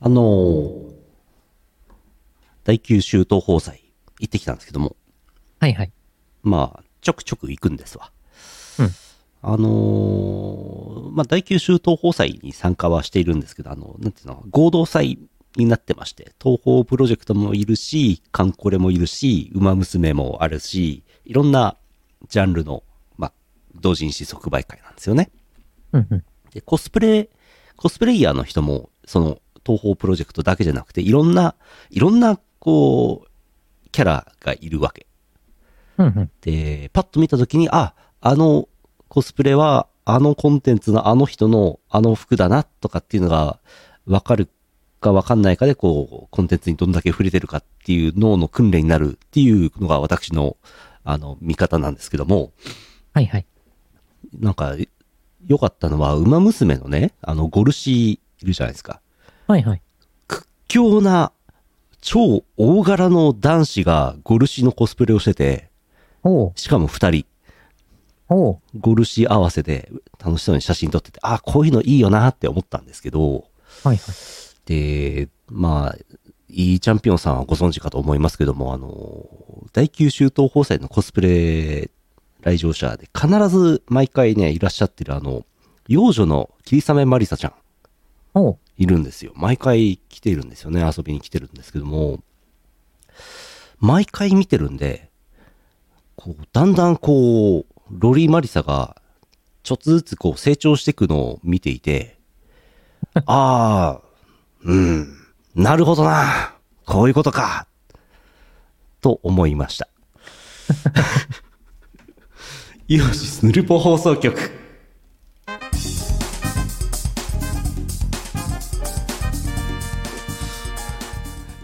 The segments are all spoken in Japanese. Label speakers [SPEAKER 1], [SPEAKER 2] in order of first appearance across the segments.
[SPEAKER 1] あのー第9州東宝祭行ってきたんですけども、
[SPEAKER 2] はいはい。
[SPEAKER 1] まあ、ちょくちょく行くんですわ。
[SPEAKER 2] うん
[SPEAKER 1] あのーまあ、第九州東宝祭に参加はしているんですけど、あの、なんていうの、合同祭になってまして、東宝プロジェクトもいるし、カンコレもいるし、ウマ娘もあるし、いろんなジャンルの、まあ、同人誌即売会なんですよね。
[SPEAKER 2] うんうん。
[SPEAKER 1] で、コスプレ、コスプレイヤーの人も、その、東方プロジェクトだけじゃなくて、いろんな、いろんな、こう、キャラがいるわけ。
[SPEAKER 2] うんうん。
[SPEAKER 1] で、パッと見たときに、あ、あのコスプレは、あのコンテンツのあの人のあの服だな、とかっていうのが、わかるかわかんないかで、こう、コンテンツにどんだけ触れてるかっていう脳の訓練になるっていうのが私の、あの、見方なんですけども、
[SPEAKER 2] はいはい。
[SPEAKER 1] なんか、良かったのは、馬娘のね、あの、ゴルシーいるじゃないですか。
[SPEAKER 2] はいはい。
[SPEAKER 1] 屈強な、超大柄の男子がゴルシーのコスプレをしてて、
[SPEAKER 2] おう、
[SPEAKER 1] しかも二人。
[SPEAKER 2] おう。
[SPEAKER 1] ゴルシー合わせで楽しそうに写真撮ってて、ああ、こういうのいいよなって思ったんですけど、
[SPEAKER 2] はいはい。
[SPEAKER 1] で、まあ、いいチャンピオンさんはご存知かと思いますけども、あの、第九州東宝祭のコスプレ来場者で必ず毎回ね、いらっしゃってるあの、幼女の霧雨マリサちゃん
[SPEAKER 2] おう、
[SPEAKER 1] いるんですよ。毎回来てるんですよね。遊びに来てるんですけども、毎回見てるんで、こう、だんだんこう、ロリー・マリサが、ちょっとずつこう成長していくのを見ていて、 ああ、うん、なるほどな、こういうことか、と思いました。イオシスヌルポ放送局。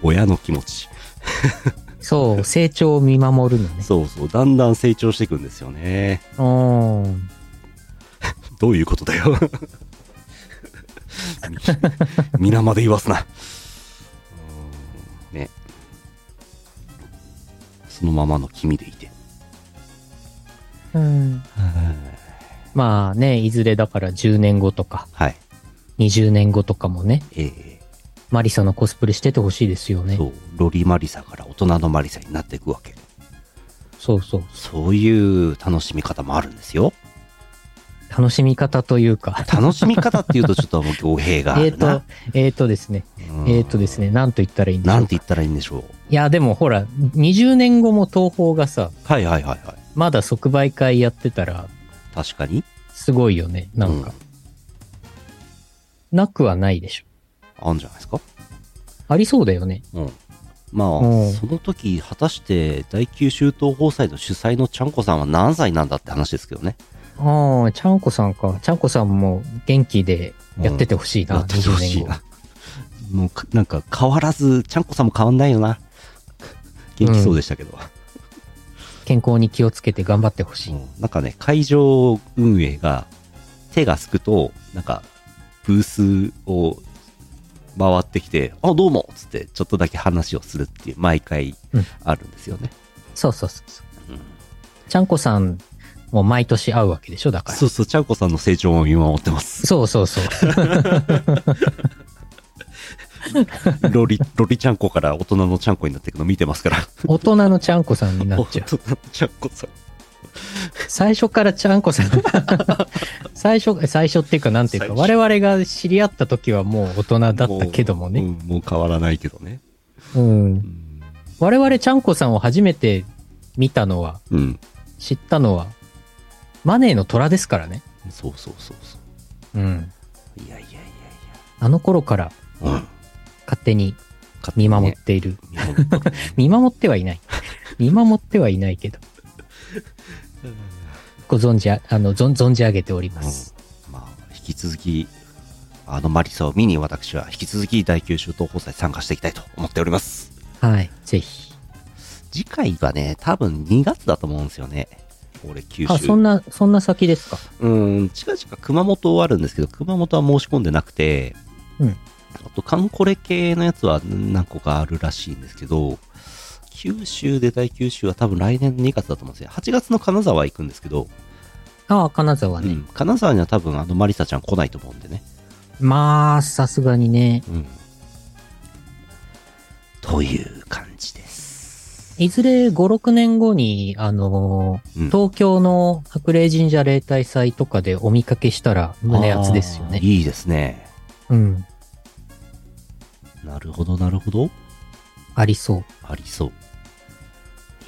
[SPEAKER 1] 親の気持ち。
[SPEAKER 2] そう、成長を見守るのね。
[SPEAKER 1] そうそう、だんだん成長していくんですよね。
[SPEAKER 2] おーん。
[SPEAKER 1] どういうことだよ。 み皆まで言わすな。うーんね。そのままの君でいて。
[SPEAKER 2] うん。まあね、いずれだから10年後とか、
[SPEAKER 1] はい。
[SPEAKER 2] 20年後とかもね、
[SPEAKER 1] ええ
[SPEAKER 2] マリサのコスプレしててほしいですよね。
[SPEAKER 1] そう、ロリマリサから大人のマリサになっていくわけ。
[SPEAKER 2] そうそう
[SPEAKER 1] そういう楽しみ方もあるんですよ。
[SPEAKER 2] 楽しみ方というか。
[SPEAKER 1] 楽しみ方っていうとちょっともう語弊があ
[SPEAKER 2] えっ
[SPEAKER 1] る
[SPEAKER 2] と
[SPEAKER 1] な。、
[SPEAKER 2] えっとですね。
[SPEAKER 1] うん
[SPEAKER 2] えっとですね、なんと言ったらいいんでし
[SPEAKER 1] な
[SPEAKER 2] ょうんか。
[SPEAKER 1] て言ったらいいんでしょう。
[SPEAKER 2] いや、でもほら、20年後も東宝がさ、
[SPEAKER 1] はいはいはいはい。
[SPEAKER 2] まだ即売会やってたら、
[SPEAKER 1] 確かに。
[SPEAKER 2] すごいよね、なんか。なくはないでしょ。
[SPEAKER 1] あるんじゃないですか。
[SPEAKER 2] ありそうだよね。
[SPEAKER 1] うん、まあ、
[SPEAKER 2] うん
[SPEAKER 1] その時果たして第九州東宝祭の主催のちゃんこさんは何歳なんだって話ですけどね
[SPEAKER 2] ああ、ちゃんこさんか。ちゃんこさんも元気でやっててほしいな、
[SPEAKER 1] やっててほしい
[SPEAKER 2] 20年後。
[SPEAKER 1] な もうかなんか変わらずちゃんこさんも変わんないよ な元気そうでしたけど、
[SPEAKER 2] 健康に気をつけて頑張ってほしい。
[SPEAKER 1] うんなんかね会場運営が手がすくとなんかブースを回ってきて「あどうも」っつってちょっとだけ話をするっていう毎回
[SPEAKER 2] うん
[SPEAKER 1] あるんですよね、
[SPEAKER 2] そうそうそうそう。
[SPEAKER 1] うん
[SPEAKER 2] ちゃんこさんも毎年会うわけでしょ、だから。
[SPEAKER 1] そうそうちゃんこさんの成長を見守ってます
[SPEAKER 2] そうそうそう。
[SPEAKER 1] ロリ、 ロリちゃんこから大人のちゃんこになっていくの見てますから。
[SPEAKER 2] 大人のちゃんこさんになっ ちゃう。
[SPEAKER 1] 大人のちゃんこさん。
[SPEAKER 2] 最初からちゃんこさん。 最初、最初っていうか、なんていうか、
[SPEAKER 1] 最初
[SPEAKER 2] 我々が知り合った時はもう大人だったけどもね。
[SPEAKER 1] もううんもう変わらないけどね。
[SPEAKER 2] うん
[SPEAKER 1] う。ん。
[SPEAKER 2] 我々ちゃんこさんを初めて見たのは、
[SPEAKER 1] うん
[SPEAKER 2] 知ったのは、マネーの虎ですからね。
[SPEAKER 1] そうそうそうそ
[SPEAKER 2] うん。
[SPEAKER 1] う。いやいやいやい
[SPEAKER 2] あの頃から
[SPEAKER 1] や。うん。
[SPEAKER 2] 勝手に
[SPEAKER 1] 勝手に
[SPEAKER 2] 見
[SPEAKER 1] ね
[SPEAKER 2] 守っている。
[SPEAKER 1] 見守ってる
[SPEAKER 2] 見守ってはいない。見守ってはいないけど。ご存知あ、あの、存存じ上げております。
[SPEAKER 1] うんまあ、引き続き、あのマリサを見に私は引き続き第九州東宝祭参加していきたいと思っております。
[SPEAKER 2] はい。ぜひ。
[SPEAKER 1] 次回がね、多分2月だと思うんですよね。俺九州。
[SPEAKER 2] あ、そんな、そんな先ですか。
[SPEAKER 1] うん、近々熊本はあるんですけど、熊本は申し込んでなくて、
[SPEAKER 2] うん
[SPEAKER 1] あと、カンコレ系のやつは何個かあるらしいんですけど、九州で大九州は多分来年2月だと思うんですよ。8月の金沢行くんですけど、
[SPEAKER 2] ああ、金沢ね。
[SPEAKER 1] うん金沢には多分あのマリサちゃん来ないと思うんでね。
[SPEAKER 2] まあ、さすがにね。
[SPEAKER 1] うんという感じです。
[SPEAKER 2] いずれ5、6年後に、あのー
[SPEAKER 1] うん
[SPEAKER 2] 東京の白麗神社例大祭とかでお見かけしたら胸熱ですよ
[SPEAKER 1] あー
[SPEAKER 2] ね。
[SPEAKER 1] いいですね。
[SPEAKER 2] うん。
[SPEAKER 1] なるほど、なるほど。
[SPEAKER 2] ありそう。
[SPEAKER 1] ありそう。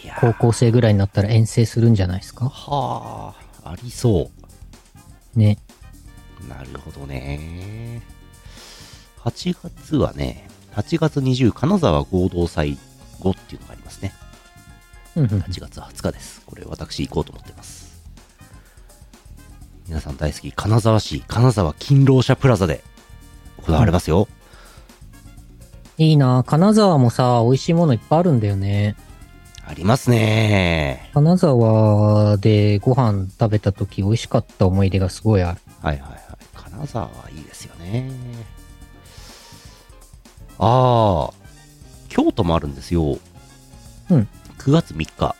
[SPEAKER 1] いやー
[SPEAKER 2] 高校生ぐらいになったら遠征するんじゃないですか
[SPEAKER 1] はあ、ありそ
[SPEAKER 2] ね。
[SPEAKER 1] う。なるほどね。8月はね、8月20、金沢合同祭後っていうのがありますね。
[SPEAKER 2] うんうん。
[SPEAKER 1] 8月20日です。これ私行こうと思ってます。皆さん大好き、金沢市、金沢勤労者プラザで行われますよ。
[SPEAKER 2] いいな金沢もさ、美味しいものいっぱいあるんだよね。
[SPEAKER 1] ありますね。
[SPEAKER 2] 金沢でご飯食べた時美味しかった思い出がすごいある。
[SPEAKER 1] はいはいはい。金沢はいいですよね。ああ、京都もあるんですよ。
[SPEAKER 2] うん
[SPEAKER 1] 9月3日。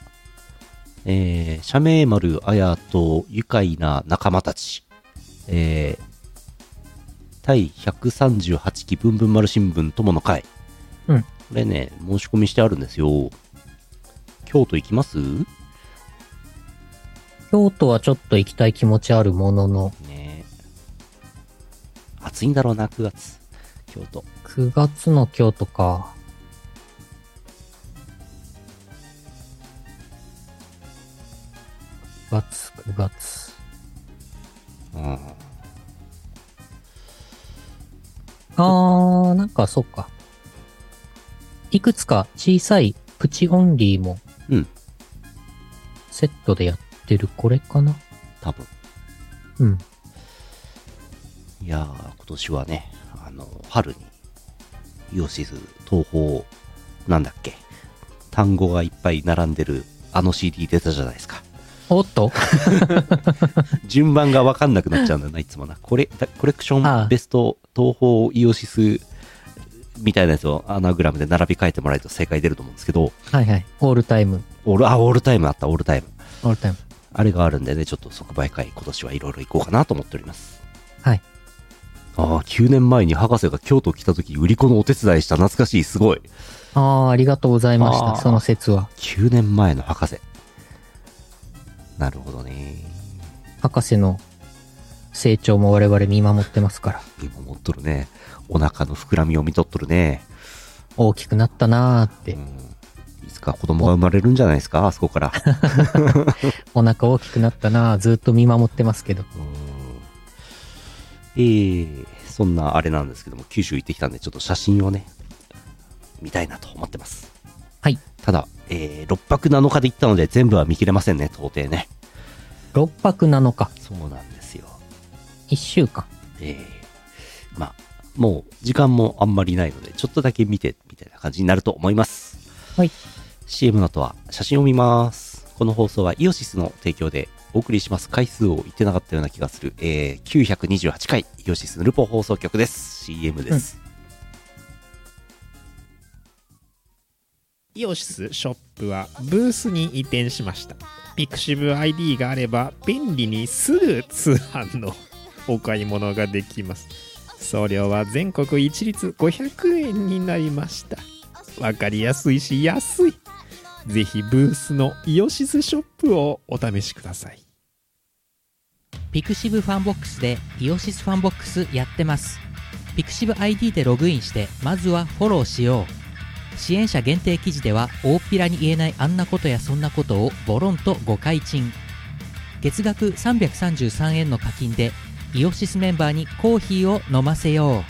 [SPEAKER 1] えー、社名丸綾と愉快な仲間たち。えー、対138期文文丸新聞友の会。
[SPEAKER 2] うん
[SPEAKER 1] これね、申し込みしてあるんですよ。京都行きます
[SPEAKER 2] 京都はちょっと行きたい気持ちあるものの、
[SPEAKER 1] ね暑いんだろうな、9月。京都。
[SPEAKER 2] 9月の京都か。9月、9月。
[SPEAKER 1] うん
[SPEAKER 2] あー、なんかそっか。いくつか小さいプチオンリーも、
[SPEAKER 1] うん
[SPEAKER 2] セットでやってるこれかな
[SPEAKER 1] 多分
[SPEAKER 2] うん。
[SPEAKER 1] いやー今年はねあの春にイオシス東宝なんだっけ単語がいっぱい並んでるあの CD 出たじゃないですか
[SPEAKER 2] おっと
[SPEAKER 1] 順番が分かんなくなっちゃうんだよないつもなこれだコレクシ
[SPEAKER 2] あ
[SPEAKER 1] ョ
[SPEAKER 2] あ
[SPEAKER 1] ンベスト東宝イオシスみたいなやつをアナグラムで並び替えてもらえると正解出ると思うんですけど
[SPEAKER 2] はいはい。オールタイム。
[SPEAKER 1] オールあオールタイムあったオールタイム
[SPEAKER 2] オールタイム。
[SPEAKER 1] あれがあるんでねちょっと即売会今年はいろいろ行こうかなと思っております
[SPEAKER 2] はい
[SPEAKER 1] ああ9年前に博士が京都来た時売り子のお手伝いした懐かしいすごい
[SPEAKER 2] あー、ありがとうございまし
[SPEAKER 1] あ
[SPEAKER 2] た。
[SPEAKER 1] ー
[SPEAKER 2] その説は。
[SPEAKER 1] 9年前の博士なるほどね
[SPEAKER 2] 博士の成長も我々見守ってますから。
[SPEAKER 1] 今持っとるねお腹の膨らみを見とっとるね
[SPEAKER 2] 大きくなったなーっ
[SPEAKER 1] う
[SPEAKER 2] て。
[SPEAKER 1] んいつか子供が生まれるんじゃないですかあそこから
[SPEAKER 2] お腹大きくなったなーずーっと見守ってますけど。
[SPEAKER 1] うんえー、そんなあれなんですけども九州行ってきたんでちょっと写真をね見たいなと思ってます
[SPEAKER 2] はい。
[SPEAKER 1] ただ、えー6泊7日で行ったので全部は見切れませんね、到底ね。
[SPEAKER 2] 6泊7日。
[SPEAKER 1] そうなんですよ。
[SPEAKER 2] 1週間。
[SPEAKER 1] えーまあ、もう時間もあんまりないので、ちょっとだけ見て、みたいな感じになると思います。
[SPEAKER 2] はい。
[SPEAKER 1] CM の後は写真を見ます。この放送はイオシスの提供でお送りします。回数を言ってなかったような気がする。えー928回イオシスのルポ放送局です。CM です。
[SPEAKER 3] イオシスショップはブースに移転しました。ピクシブ ID があれば便利にすぐ通販のお買い物ができます。送料は全国一律500円になりました。わかりやすいし安い。ぜひブースのイオシスショップをお試しください。
[SPEAKER 4] ピクシブファンボックスでイオシスファンボックスやってます。ピクシブ ID でログインして、まずはフォローしよう。支援者限定記事では、大っぴらに言えないあんなことやそんなことをボロンと誤解賃。月額333円の課金で、イオシスメンバーにコーヒーを飲ませよう。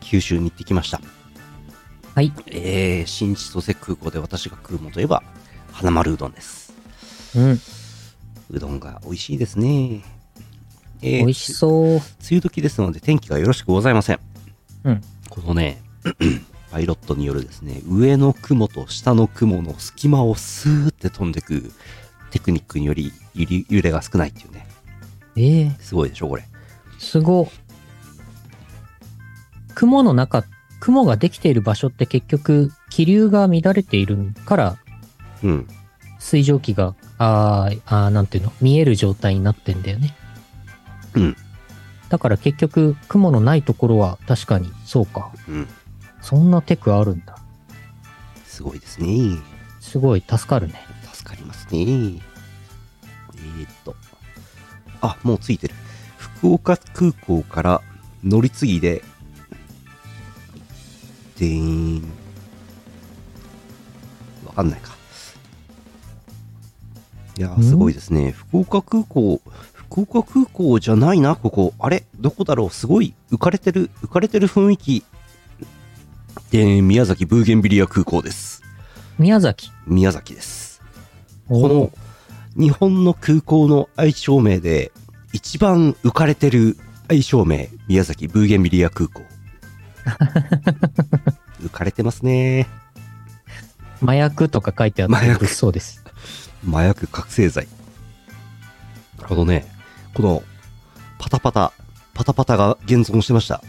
[SPEAKER 1] 九州に行ってきました。
[SPEAKER 2] はい。
[SPEAKER 1] えー、新千歳空港で私が食うものといえば、花丸うどんです。
[SPEAKER 2] うん。
[SPEAKER 1] うどんが美味しいですね。えー
[SPEAKER 2] 美味しそう。
[SPEAKER 1] 梅雨時ですので天気がよろしくございません。
[SPEAKER 2] うん
[SPEAKER 1] このね、 パイロットによるですね、上の雲と下の雲の隙間をスーって飛んでくテクニックにより揺り揺れが少ないっていうね、
[SPEAKER 2] ええ
[SPEAKER 1] すごいでしょ、これ。
[SPEAKER 2] すご。雲の中、雲ができている場所って結局、気流が乱れているから、
[SPEAKER 1] うん。
[SPEAKER 2] 水蒸気が、あーあー、なんていうの、見える状態になってんだよね。
[SPEAKER 1] うん。
[SPEAKER 2] だから結局、雲のないところは確かに、そうか。
[SPEAKER 1] うん。
[SPEAKER 2] そんなテクあるんだ。
[SPEAKER 1] すごいですね。
[SPEAKER 2] すごい、助かるね。
[SPEAKER 1] 助かりますね。えー、っと。あ、もうついてる。福岡空港から乗り継ぎで、でーん。わかんないか。いやー、
[SPEAKER 2] ん
[SPEAKER 1] すごいですね。福岡空港、福岡空港じゃないな、ここ。あれどこだろうすごい。浮かれてる、浮かれてる雰囲気。で、宮崎ブーゲンビリア空港です。
[SPEAKER 2] 宮崎。
[SPEAKER 1] 宮崎です。
[SPEAKER 2] お
[SPEAKER 1] こ
[SPEAKER 2] ー
[SPEAKER 1] の日本の空港の愛称名で一番浮かれてる愛称名宮崎ブーゲンビリア空港浮かれてますね
[SPEAKER 2] 麻薬とか書いてあって、
[SPEAKER 1] 麻薬
[SPEAKER 2] そうです。
[SPEAKER 1] 麻薬覚醒剤あのねこのパタパタパタパタが現存してました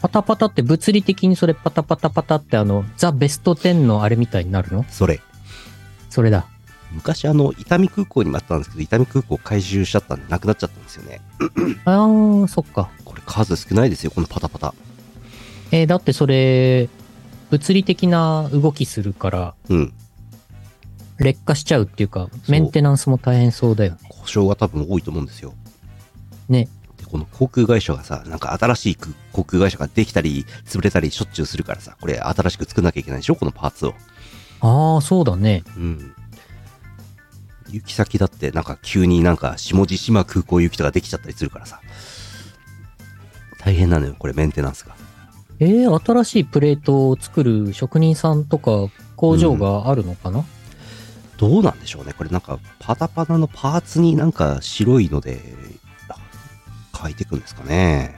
[SPEAKER 2] パタパタって物理的にそれパタパタパタってあの、ザ・ベスト10のあれみたいになるの
[SPEAKER 1] それ
[SPEAKER 2] それだ。
[SPEAKER 1] 昔あの伊丹空港にもあったんですけど伊丹空港回収しちゃったんでなくなっちゃったんですよね
[SPEAKER 2] あー、そっか。
[SPEAKER 1] これ数少ないですよこのパタパタ
[SPEAKER 2] えーだってそれ、物理的な動きするから、
[SPEAKER 1] うん
[SPEAKER 2] 劣化しちゃうっていうか、メンテナンスも大変そうだよね。
[SPEAKER 1] 故障が多分多いと思うんですよ
[SPEAKER 2] ね。
[SPEAKER 1] でこの航空会社がさなんか新しい空航空会社ができたり潰れたりしょっちゅうするからさこれ新しく作んなきゃいけないでしょこのパーツを
[SPEAKER 2] あー、そうだね。
[SPEAKER 1] うん行き先だってなんか急になんか下地島空港行きとかできちゃったりするからさ大変なのよこれメンテナンスが
[SPEAKER 2] えー、新しいプレートを作る職人さんとか工場があるのかな、
[SPEAKER 1] どうなんでしょうねこれなんかパタパタのパーツになんか白いのであ変えていくんですかね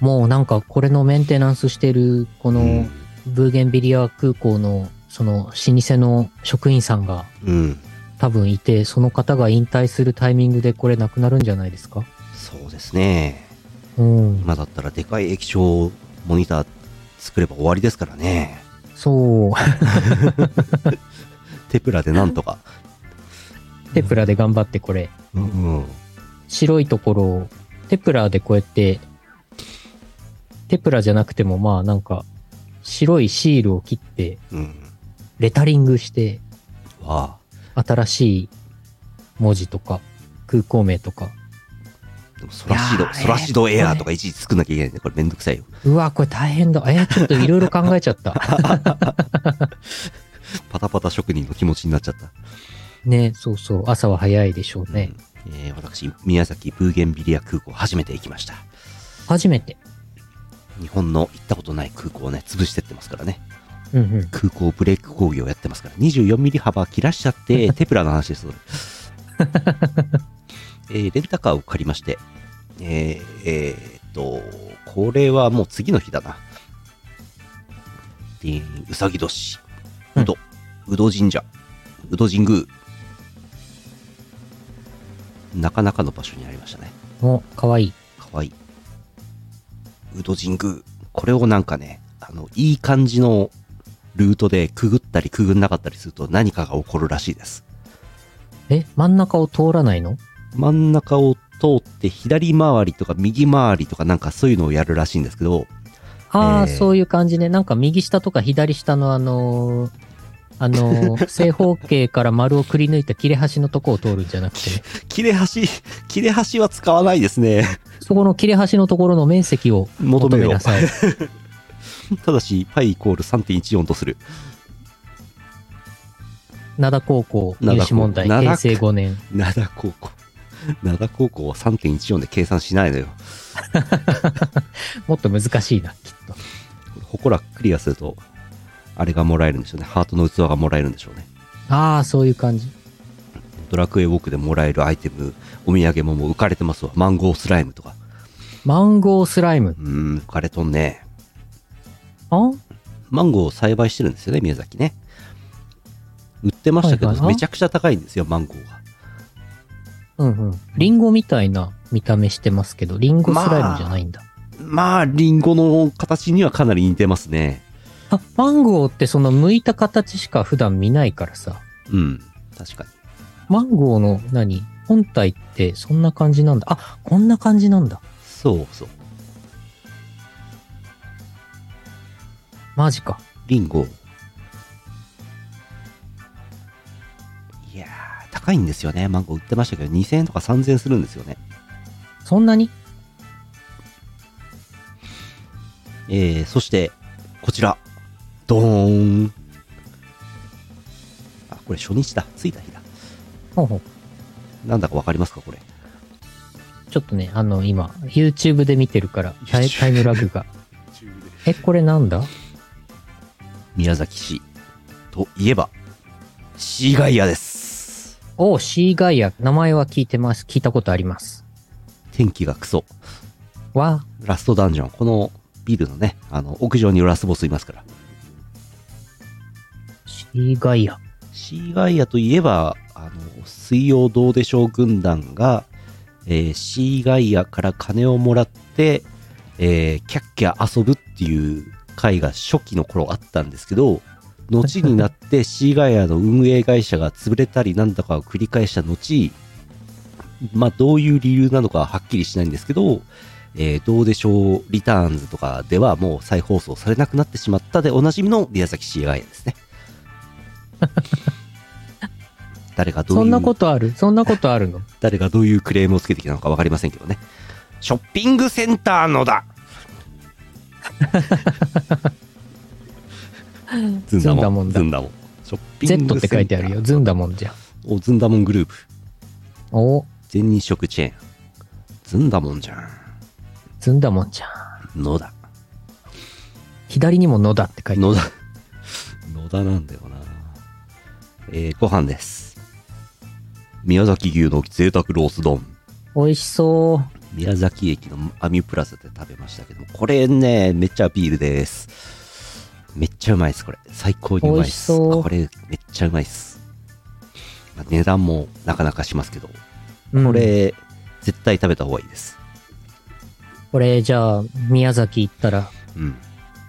[SPEAKER 2] もうなんかこれのメンテナンスしてる、こ
[SPEAKER 1] う
[SPEAKER 2] の
[SPEAKER 1] ん、
[SPEAKER 2] ブーゲンビリア空港の、その、老舗の職員さんが
[SPEAKER 1] うん、
[SPEAKER 2] 多分いて、その方が引退するタイミングでこれなくなるんじゃないですか
[SPEAKER 1] そうですね
[SPEAKER 2] うん。
[SPEAKER 1] 今だったらでかい液晶モニター作れば終わりですからね
[SPEAKER 2] そう。
[SPEAKER 1] テプラでなんとか
[SPEAKER 2] テプラで頑張ってこれ。
[SPEAKER 1] うん、うん
[SPEAKER 2] 白いところを、テプラでこうやって、テプラじゃなくてもまあなんか、白いシールを切って、レタリングして、
[SPEAKER 1] わ
[SPEAKER 2] 新しい文字とか、空港名とか。
[SPEAKER 1] あでもソラシ
[SPEAKER 2] い
[SPEAKER 1] ド
[SPEAKER 2] やー
[SPEAKER 1] ソラシドエ
[SPEAKER 2] え
[SPEAKER 1] ア
[SPEAKER 2] ー
[SPEAKER 1] とかいちいち作んなきゃいけないんでこれめんどくさいよ
[SPEAKER 2] うわ、これ大変だ。えー、ちょっといろいろ考えち ゃった。
[SPEAKER 1] パタパタ職人の気持ちになっちゃった、
[SPEAKER 2] ね、そうそう。朝は早いでしょうね。
[SPEAKER 1] うんえー私宮崎ブーゲンビリア空港初めて行きました
[SPEAKER 2] 初めて。
[SPEAKER 1] 日本の行ったことない空港をね潰してってますからね
[SPEAKER 2] うんうん。
[SPEAKER 1] 空港ブレイク工業やってますから24ミリ幅切らしちゃってテプラの話ですそれえーレンタカーを借りましてえーえーっとこれはもう次の日だなでうさぎ年うど、うど神社うど神宮なかなかの場所にありましたね
[SPEAKER 2] お、かわいい。
[SPEAKER 1] かわいい。ウド神宮。これをなんかね、あの、いい感じのルートでくぐったりくぐんなかったりすると何かが起こるらしいです。
[SPEAKER 2] え、真ん中を通らないの
[SPEAKER 1] 真ん中を通って左回りとか右回りとかなんかそういうのをやるらしいんですけど、
[SPEAKER 2] ああ、
[SPEAKER 1] えー
[SPEAKER 2] そういう感じね。なんか右下とか左下のあのーあ のー正方形から丸をくり抜いた切れ端のとこを通るんじゃなくて、
[SPEAKER 1] 切れ端、 切れ端は使わないですね。
[SPEAKER 2] そこの切れ端のところの面積を
[SPEAKER 1] 求
[SPEAKER 2] 求
[SPEAKER 1] め
[SPEAKER 2] め
[SPEAKER 1] よ
[SPEAKER 2] な
[SPEAKER 1] う。
[SPEAKER 2] さい。
[SPEAKER 1] ただし、π イコール3.14とする。
[SPEAKER 2] 灘高校
[SPEAKER 1] 灘高
[SPEAKER 2] 入試問題、
[SPEAKER 1] 灘
[SPEAKER 2] 平成5年。
[SPEAKER 1] 灘高校。灘高校は3.14で計算しないのよ。
[SPEAKER 2] もっと難しいな、きっと。
[SPEAKER 1] ほこらクリアすると、あれがもらえるんでしょうね。ハートの器がもらえるんでしょうね。
[SPEAKER 2] ああ、そういう感じ。
[SPEAKER 1] ドラクエウォークでもらえるアイテム、お土産ももう浮かれてますわ。マンゴースライムとか。
[SPEAKER 2] マンゴースライム
[SPEAKER 1] う。ーん、浮かれとんね。
[SPEAKER 2] あ
[SPEAKER 1] マンゴーを栽培してるんですよね、宮崎ね。売ってましたけど、
[SPEAKER 2] はいはいはい
[SPEAKER 1] めちゃくちゃ高いんですよ、マンゴーが。
[SPEAKER 2] うんうん。リンゴみたいな見た目してますけど、リンゴスライムじゃないんだ。
[SPEAKER 1] まあ、リンゴの形にはかなり似てますね。
[SPEAKER 2] あ、マンゴーってその剥いた形しか普段見ないからさ、
[SPEAKER 1] うん。確かに。
[SPEAKER 2] マンゴーの何本体ってそんな感じなんだ。あ、こんな感じなんだ。
[SPEAKER 1] そうそう。
[SPEAKER 2] マジか。
[SPEAKER 1] リンゴ。いやー、高いんですよね。マンゴー売ってましたけど、2000円とか3000円するんですよね。
[SPEAKER 2] そんなに
[SPEAKER 1] えー、そして、こちら。ドーン。あ、これ初日だ。着いた日だ。
[SPEAKER 2] ほうほう。
[SPEAKER 1] なんだかわかりますかこれ。
[SPEAKER 2] ちょっとね、あの、今、YouTube で見てるから、タイ
[SPEAKER 1] YouTube
[SPEAKER 2] タイムラグが。え、これなんだ
[SPEAKER 1] 宮崎市といえば、シーガイアです。
[SPEAKER 2] おう、シーガイア。名前は聞いてます。聞いたことあります。
[SPEAKER 1] 天気がクソ。
[SPEAKER 2] わ
[SPEAKER 1] ラストダンジョン。このビルのね、あの、屋上にラスボスいますから。
[SPEAKER 2] シーガイア。
[SPEAKER 1] シーガイアといえば、あの、水曜どうでしょう軍団が、えーシーガイアから金をもらって、えーキャッキャ遊ぶっていう回が初期の頃あったんですけど、後になって シーガイアの運営会社が潰れたりなんだかを繰り返した後、まあどういう理由なのかははっきりしないんですけど、えーどうでしょうリターンズとかではもう再放送されなくなってしまったでおなじみの宮崎シーガイアです ね。誰がどういう
[SPEAKER 2] そんなことあるそんなことあ るの
[SPEAKER 1] 誰がどういうクレームをつけてきたのか分かりませんけどねショッピングセンターの だずんだもん
[SPEAKER 2] ず
[SPEAKER 1] ず
[SPEAKER 2] ん
[SPEAKER 1] んだもんショッピン
[SPEAKER 2] ?Z
[SPEAKER 1] グ
[SPEAKER 2] って書いてあるよ。ずんだもんじゃん。
[SPEAKER 1] おずんだもんグループ
[SPEAKER 2] お
[SPEAKER 1] 全日食チェーンずんだもんじゃ
[SPEAKER 2] ずんだもんじゃん。
[SPEAKER 1] んのだ
[SPEAKER 2] 左にも野田って書いてある。
[SPEAKER 1] 野田野田なんだよなえー、ご飯です宮崎牛の贅沢ロース丼
[SPEAKER 2] 美味しそう。
[SPEAKER 1] 宮崎駅のアミュプラザで食べましたけどもこれねめっちゃアピールですめっちゃうまいですこれ最高にうまいで
[SPEAKER 2] 美
[SPEAKER 1] す
[SPEAKER 2] 味しそう
[SPEAKER 1] これめっちゃうまいです、まあ値段もなかなかしますけどこ
[SPEAKER 2] うん
[SPEAKER 1] れ、絶対食べた方がいいです
[SPEAKER 2] これ、じゃあ、宮崎行ったら、
[SPEAKER 1] うん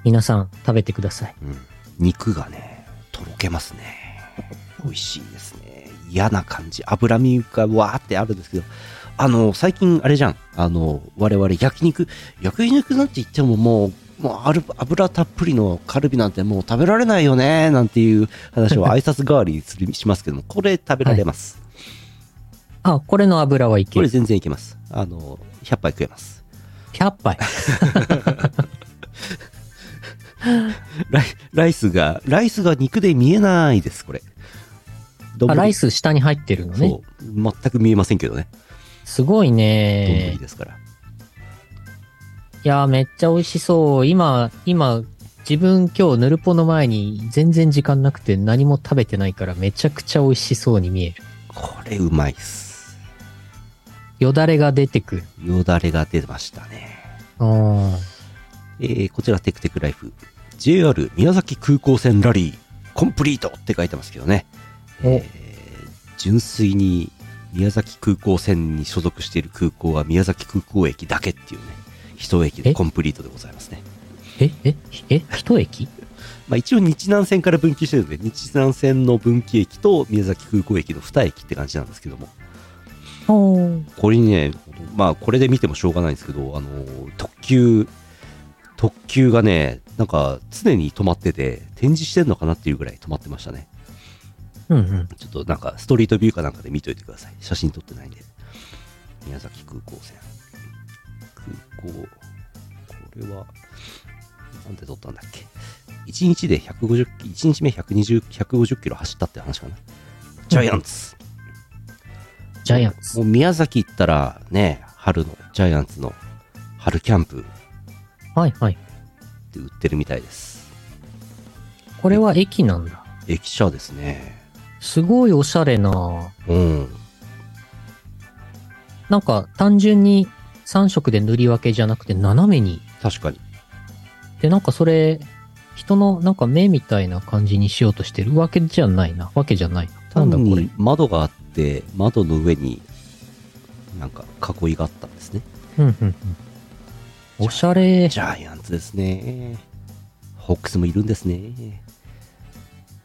[SPEAKER 2] 皆さん食べてください。
[SPEAKER 1] うん肉がねとろけますね 美味しいですね嫌な感じ脂身がわーってあるんですけどあの最近あれじゃんあの我々焼肉焼肉なんて言ってももうもうある油たっぷりのカルビなんてもう食べられないよねなんていう話を挨拶代わりにするします けどもこれ食べられます、
[SPEAKER 2] あ、これの油はいけ
[SPEAKER 1] これ
[SPEAKER 2] る。
[SPEAKER 1] 全然いけますあの100杯食えます
[SPEAKER 2] 100杯。
[SPEAKER 1] ライライスがライスが肉で見えないですこれ
[SPEAKER 2] あ、
[SPEAKER 1] 丼
[SPEAKER 2] ライス下に入ってるのね
[SPEAKER 1] そ。う全く見えませんけどね
[SPEAKER 2] すごいね
[SPEAKER 1] 丼。ですから。
[SPEAKER 2] いやーめっちゃ美味しそう。今、今、自分今日ヌルポの前に全然時間なくて何も食べてないからめちゃくちゃ美味しそうに見える。
[SPEAKER 1] これうまいっす。
[SPEAKER 2] よだれが出てくる。
[SPEAKER 1] よだれが出ましたね。
[SPEAKER 2] うーん。
[SPEAKER 1] えー、こちらテクテクライフ。JR 宮崎空港線ラリー、コンプリートって書いてますけどね。
[SPEAKER 2] お
[SPEAKER 1] えー純粋に宮崎空港線に所属している空港は宮崎空港駅だけっていうね、一駅で
[SPEAKER 2] え
[SPEAKER 1] コンプリートでございますね。
[SPEAKER 2] え、え、え、一駅
[SPEAKER 1] まあ一応日南線から分岐してるんで、日南線の分岐駅と宮崎空港駅の二駅って感じなんですけども。
[SPEAKER 2] おー
[SPEAKER 1] これね、まあ、これで見てもしょうがないんですけど、あの特急、特急がね、なんか常に止まってて、展示してんのかなっていうぐらい止まってましたね。
[SPEAKER 2] うんうん。
[SPEAKER 1] ちょっとなんかストリートビューかなんかで見といてください。写真撮ってないんで。宮崎空港線。空港、これは、なんで撮ったんだっけ。1日で150、1日目120、150キロ走ったって話かな。ジャイアンツ。
[SPEAKER 2] ジャイアンツ。
[SPEAKER 1] もう宮崎行ったらね、春のジャイアンツの春キャンプ
[SPEAKER 2] はいはい。
[SPEAKER 1] で売ってるみたいです。
[SPEAKER 2] これは駅なんだ。
[SPEAKER 1] 駅舎ですね。
[SPEAKER 2] すごいおしゃれな
[SPEAKER 1] うん。
[SPEAKER 2] なんか単純に3色で塗り分けじゃなくて斜めに。
[SPEAKER 1] 確かに。
[SPEAKER 2] で、なんかそれ、人のなんか目みたいな感じにしようとしてるわけじゃないな。わけじゃないな。な
[SPEAKER 1] 単
[SPEAKER 2] んだこれ
[SPEAKER 1] に。窓があって、窓の上になんか囲いがあったんですね。
[SPEAKER 2] うんうんうん。おしゃれ。
[SPEAKER 1] ジャイアンツですね。ホックスもいるんですね。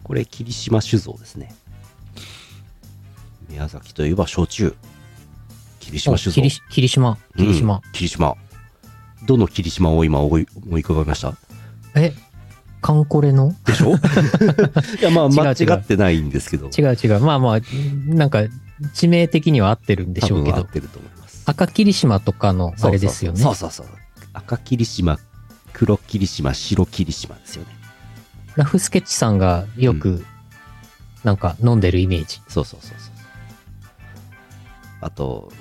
[SPEAKER 1] これ、霧島酒造ですね。宮崎といえば焼酎。霧島酒造。
[SPEAKER 2] 霧霧島。霧島。
[SPEAKER 1] うん霧島。どの霧島を今思い思い浮かべました
[SPEAKER 2] え、カンコレの
[SPEAKER 1] で しょいや、まあ、間
[SPEAKER 2] 違う違う
[SPEAKER 1] 違ってないんですけど。
[SPEAKER 2] 違う違う。まあまあ、なんか、地名的には合ってるんでしょうけ
[SPEAKER 1] 多分合
[SPEAKER 2] ど
[SPEAKER 1] っ。てると思います。
[SPEAKER 2] 赤霧島とかのあれですよね。
[SPEAKER 1] そうそうそうそうそうそう赤霧島、黒霧島、白霧島ですよね。
[SPEAKER 2] ラフスケッチさんがよく、
[SPEAKER 1] う
[SPEAKER 2] なんか飲んでるイメージ。
[SPEAKER 1] そうそうそうそう。あと、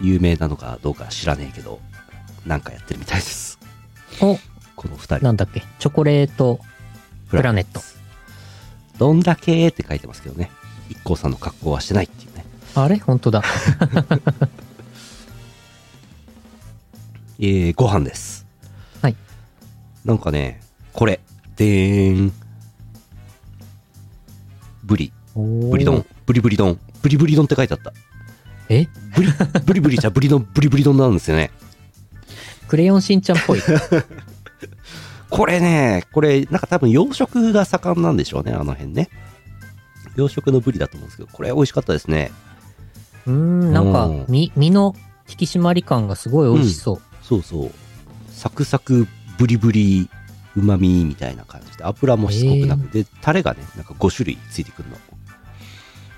[SPEAKER 1] 有名なのかどうか知らねえけど、なんかやってるみたいです。
[SPEAKER 2] お、
[SPEAKER 1] この二人。
[SPEAKER 2] なんだっけ、チョコレートプラネット。
[SPEAKER 1] どんだけって書いてますけどね。一光さんの格好はしてないっていうね。
[SPEAKER 2] あれ本当だ。
[SPEAKER 1] えー、ご飯です。
[SPEAKER 2] はい。
[SPEAKER 1] なんかね、これ。でーん。ブリ、 ブ
[SPEAKER 2] ブ
[SPEAKER 1] リ丼。、ブリブリ丼、ブリブリ丼って書いてあった。
[SPEAKER 2] え
[SPEAKER 1] ブリ、 ブリブリじゃブリ丼、ブリブリ丼なんですよね。
[SPEAKER 2] クレヨンしんちゃんっ ぽい。
[SPEAKER 1] これね、これ、なんか多分養殖が盛んなんでしょうね、あの辺ね。養殖のブリだと思うんですけど、これ美味しかったですね。
[SPEAKER 2] うーん、なんか
[SPEAKER 1] うん、
[SPEAKER 2] 身、身の引き締まり感がすごい美味しそう。
[SPEAKER 1] そうそう。サクサク、ブリブリ、うまみみたいな感じで、油もしつこくなく、で、タレがね、なんか5種類ついてくるの。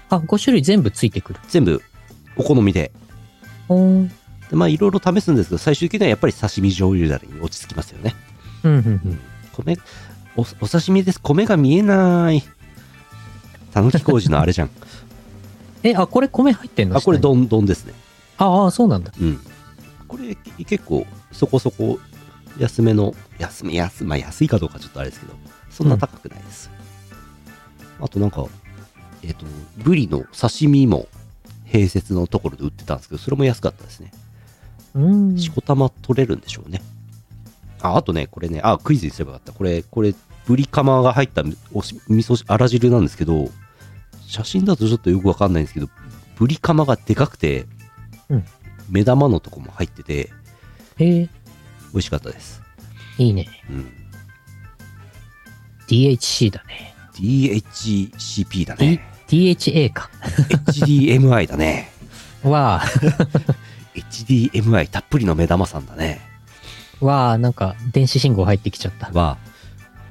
[SPEAKER 2] あ、5種類全部ついてくる。
[SPEAKER 1] 全部、お好みで。
[SPEAKER 2] ほーん。
[SPEAKER 1] で、まあ、いろいろ試すんですけど、最終的にはやっぱり刺身醤油だれに落ち着きますよね。
[SPEAKER 2] うんうんうん。
[SPEAKER 1] 米、お、お刺身です。米が見えない。たぬき工事のあれじ ゃん。
[SPEAKER 2] え、あ、これ米入ってんの
[SPEAKER 1] あ、これ
[SPEAKER 2] 下
[SPEAKER 1] 丼、
[SPEAKER 2] に
[SPEAKER 1] 丼ですね。
[SPEAKER 2] ああ、そうなんだ。
[SPEAKER 1] うん、これき結構そこそこ安めの安め安,、まあ、安いかどうかちょっとあれですけどそんな高くないです、あとなんかえっ、とブリの刺身も併設のところで売ってたんですけどそれも安かったですね
[SPEAKER 2] うーん。
[SPEAKER 1] しこたま取れるんでしょうねああとねこれねあクイズにすればよかったこれこれブリカマが入ったおし味噌汁あら汁なんですけど写真だとちょっとよくわかんないんですけどブリカマがでかくて、
[SPEAKER 2] うん
[SPEAKER 1] 目玉のとこも入ってて
[SPEAKER 2] えー、
[SPEAKER 1] 美味しかったです、
[SPEAKER 2] いいね。
[SPEAKER 1] うん、
[SPEAKER 2] DHC だね。
[SPEAKER 1] DHCP だ
[SPEAKER 2] D
[SPEAKER 1] ね、
[SPEAKER 2] DHA か。
[SPEAKER 1] HDMI だね
[SPEAKER 2] わ
[SPEAKER 1] HDMI たっぷりの目玉さんだね
[SPEAKER 2] あ、わあ、なんか電子信号入ってきちゃった。
[SPEAKER 1] は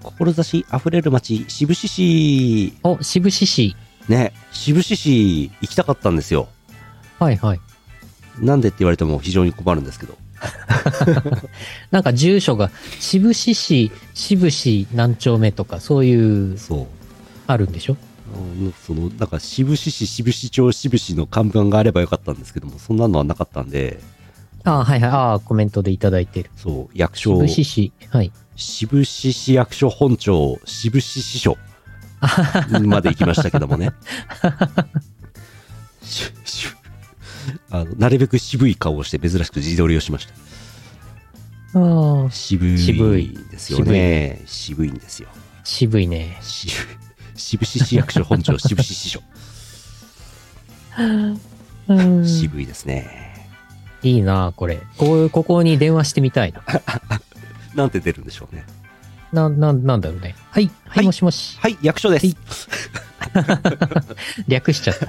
[SPEAKER 1] 志あふれる街渋志市
[SPEAKER 2] お、渋志市。
[SPEAKER 1] ね渋志市行きたかったんですよ
[SPEAKER 2] はいはい。
[SPEAKER 1] なんでって言われても非常に困るんですけど。
[SPEAKER 2] なんか住所が、渋志市、渋志何丁目とか、そういう、
[SPEAKER 1] そう。
[SPEAKER 2] あるんでしょ
[SPEAKER 1] その、なんか、渋志市、渋志町、渋志の看板があればよかったんですけども、そんなのはなかったんで、
[SPEAKER 2] ああ、はいはい。ああ、コメントでいただいてる。
[SPEAKER 1] そう、役所
[SPEAKER 2] 渋、志市。はい。
[SPEAKER 1] 渋志市役所本庁、渋志支所まで行きましたけども ね。ししあのなるべく渋い顔をして珍しく自撮りをしました。
[SPEAKER 2] ああ、
[SPEAKER 1] 渋い
[SPEAKER 2] 渋い
[SPEAKER 1] んですよね。渋いんですよ。
[SPEAKER 2] 渋いね。
[SPEAKER 1] し渋志市役所本庁、渋志支所。
[SPEAKER 2] うん
[SPEAKER 1] 渋いですね。
[SPEAKER 2] いいなあこれ。こう、ここに電話してみたいな。
[SPEAKER 1] なんて出るんでしょうね。
[SPEAKER 2] な、な、なんだろうね。はい。はい、
[SPEAKER 1] はい
[SPEAKER 2] もしもし。
[SPEAKER 1] はい、役所です。
[SPEAKER 2] 略しちゃった。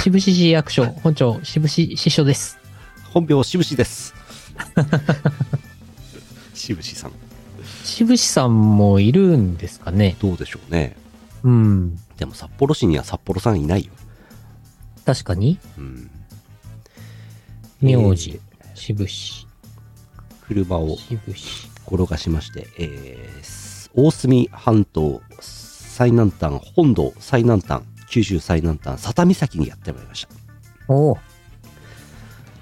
[SPEAKER 2] 渋志市役所、 本庁、渋志支所です。
[SPEAKER 1] 本名、しぶしです。 しぶしさん。
[SPEAKER 2] 渋志さんもいるんですかね
[SPEAKER 1] どうでしょうね。
[SPEAKER 2] うん。
[SPEAKER 1] でも札幌市には札幌さんいないよ。
[SPEAKER 2] 確かに。
[SPEAKER 1] うん。
[SPEAKER 2] 名字、
[SPEAKER 1] えー
[SPEAKER 2] 渋志。
[SPEAKER 1] 車を
[SPEAKER 2] 渋志。
[SPEAKER 1] 転がしまして、えー大隅半島最南端、本土最南端、九州最南端、佐田岬にやってまいりました。
[SPEAKER 2] おお。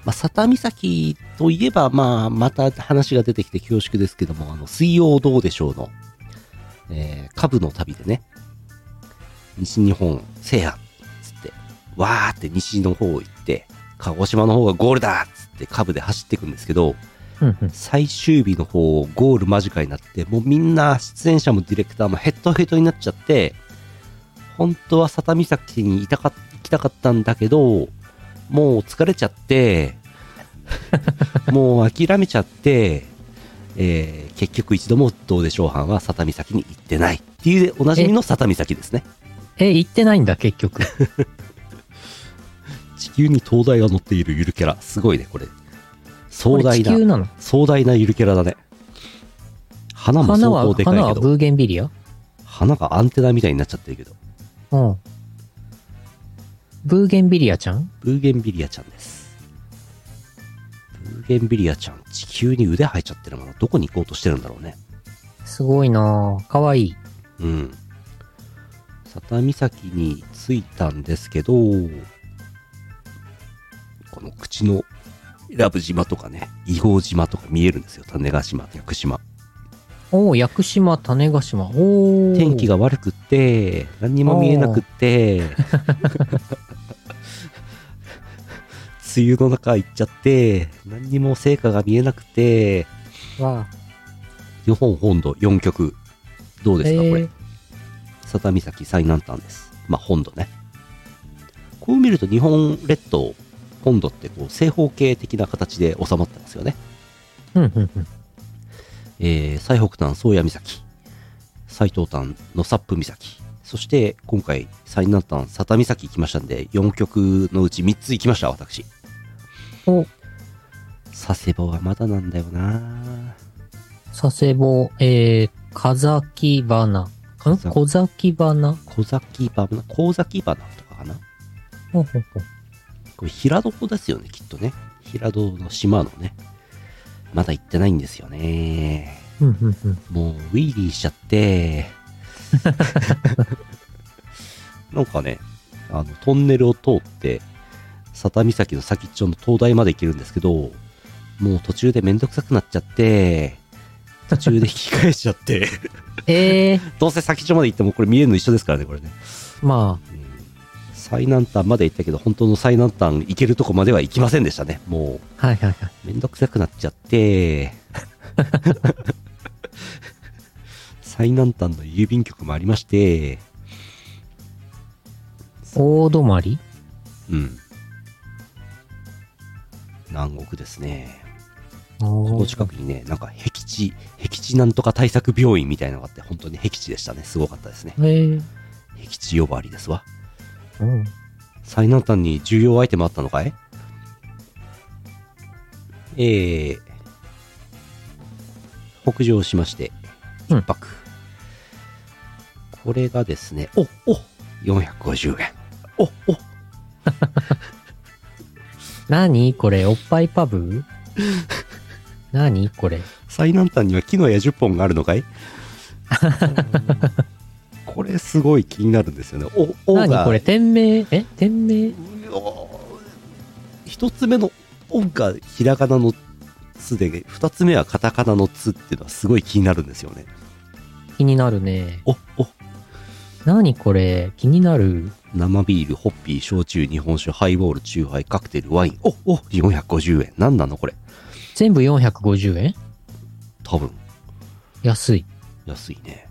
[SPEAKER 1] まあ、佐田岬といえば、まあ、また話が出てきて恐縮ですけども、あの、水曜どうでしょうの、えー、株の旅でね、西日本制覇、つって、わーって西の方行って、鹿児島の方がゴールだつって株で走っていくんですけど、
[SPEAKER 2] うんうん。
[SPEAKER 1] 最終日の方、ゴール間近になって、もうみんな出演者もディレクターもヘッドヘッドになっちゃって、本当は佐田岬にいたか、行きたかったんだけど、もう疲れちゃ って、もう諦めちゃって、えー結局一度もどうでしょう班は佐多岬に行ってないっていうおなじみの佐多岬ですね。
[SPEAKER 2] え、行ってないんだ、結 局。
[SPEAKER 1] 地球に灯台が乗っているゆるキャラ。すごいね、これ。
[SPEAKER 2] こ
[SPEAKER 1] 壮
[SPEAKER 2] れ
[SPEAKER 1] 大
[SPEAKER 2] 地
[SPEAKER 1] な、
[SPEAKER 2] 球なの
[SPEAKER 1] 壮大なゆるキャラだね。花も相
[SPEAKER 2] 花は
[SPEAKER 1] 当、でかいけ
[SPEAKER 2] 花
[SPEAKER 1] ど
[SPEAKER 2] は、ブーゲンビリア
[SPEAKER 1] 花がアンテナみたいになっちゃってるけど、
[SPEAKER 2] うん。ブーゲンビリアちゃん
[SPEAKER 1] ブーゲンビリアちゃんです。ブーゲンビリアちゃん、地球に腕生えちゃってるもの、どこに行こうとしてるんだろうね。
[SPEAKER 2] すごいなぁ。かわいい。
[SPEAKER 1] うん。佐多岬に着いたんですけど、この口のラブ島とかね、伊郷島とか見えるんですよ。種子島、屋久島。
[SPEAKER 2] おお、屋久島、種子島。おお。
[SPEAKER 1] 天気
[SPEAKER 2] が。
[SPEAKER 1] が悪くって、何にも見えなくって、梅雨の中行っちゃって、何にも成果が見えなくて、
[SPEAKER 2] わ
[SPEAKER 1] 日本本土4曲、どう
[SPEAKER 2] あ
[SPEAKER 1] ですか、
[SPEAKER 2] えー
[SPEAKER 1] これ。佐多岬最南端です。まあ、本土ね。こう見ると日本列島、本土ってこう正方形的な形で収まってますよね。
[SPEAKER 2] うんうんうん。
[SPEAKER 1] えー最北端、宗谷岬、最東端、野サップ岬、そして今回、最南端、佐多岬行きましたんで、4曲のうち3つ行きました、私。
[SPEAKER 2] お、
[SPEAKER 1] 佐世保はまだなんだよな
[SPEAKER 2] 佐世保、えー、風木花。ん
[SPEAKER 1] 風
[SPEAKER 2] 小崎花。
[SPEAKER 1] 小崎花、小崎花とかかな
[SPEAKER 2] ほうほうほう
[SPEAKER 1] これ平戸ですよね、きっとね。平戸の島のね。まだ行ってないんですよね。
[SPEAKER 2] うんうんうん。
[SPEAKER 1] もう、ウィーリーしちゃって。 なんかね、あの、トンネルを通って、佐多岬の先っちょの灯台まで行けるんですけど、もう途中でめんどくさくなっちゃって、途中で引き返しちゃって、
[SPEAKER 2] ええー、
[SPEAKER 1] どうせ先っちょまで行ってもこれ見えるの一緒ですからね、これね。
[SPEAKER 2] まあ、
[SPEAKER 1] うん最南端まで行ったけど、本当の最南端行けるとこまでは行きませんでしたね。も
[SPEAKER 2] はいはいはい。
[SPEAKER 1] う、めんどくさくなっちゃって、最南端の郵便局もありまして、
[SPEAKER 2] 大泊り
[SPEAKER 1] うん。南国ですね。こ
[SPEAKER 2] お
[SPEAKER 1] の
[SPEAKER 2] ー
[SPEAKER 1] 近くにね、なんか、僻地、僻地なんとか対策病院みたいなのがあって、本当に僻地でしたね。すごかったですね。
[SPEAKER 2] えー、
[SPEAKER 1] 僻地呼ばわりですわ。
[SPEAKER 2] うん。
[SPEAKER 1] 最南端に重要アイテムあったのかいえー、北上しまして、
[SPEAKER 2] うん
[SPEAKER 1] 一泊。これがですね、おお !450 円。おお
[SPEAKER 2] 何これ、おっぱいパブ何これ。
[SPEAKER 1] 最南端には木の矢10本があるの かいこれすごい気になるんですよね。お、おが、
[SPEAKER 2] 何これ、店名、え店名
[SPEAKER 1] お一つ目の「お」がひらがなの「つ」で二つ目はカタカナの「つ」っていうのはすごい気になるんですよね
[SPEAKER 2] 気になるね。
[SPEAKER 1] おお
[SPEAKER 2] 何これ、気になる。
[SPEAKER 1] 生ビールホッピー焼酎日本酒ハイボールチューハイカクテルワインおお450円何なのこれ
[SPEAKER 2] 全部450円
[SPEAKER 1] 多分
[SPEAKER 2] 安い。
[SPEAKER 1] 安いね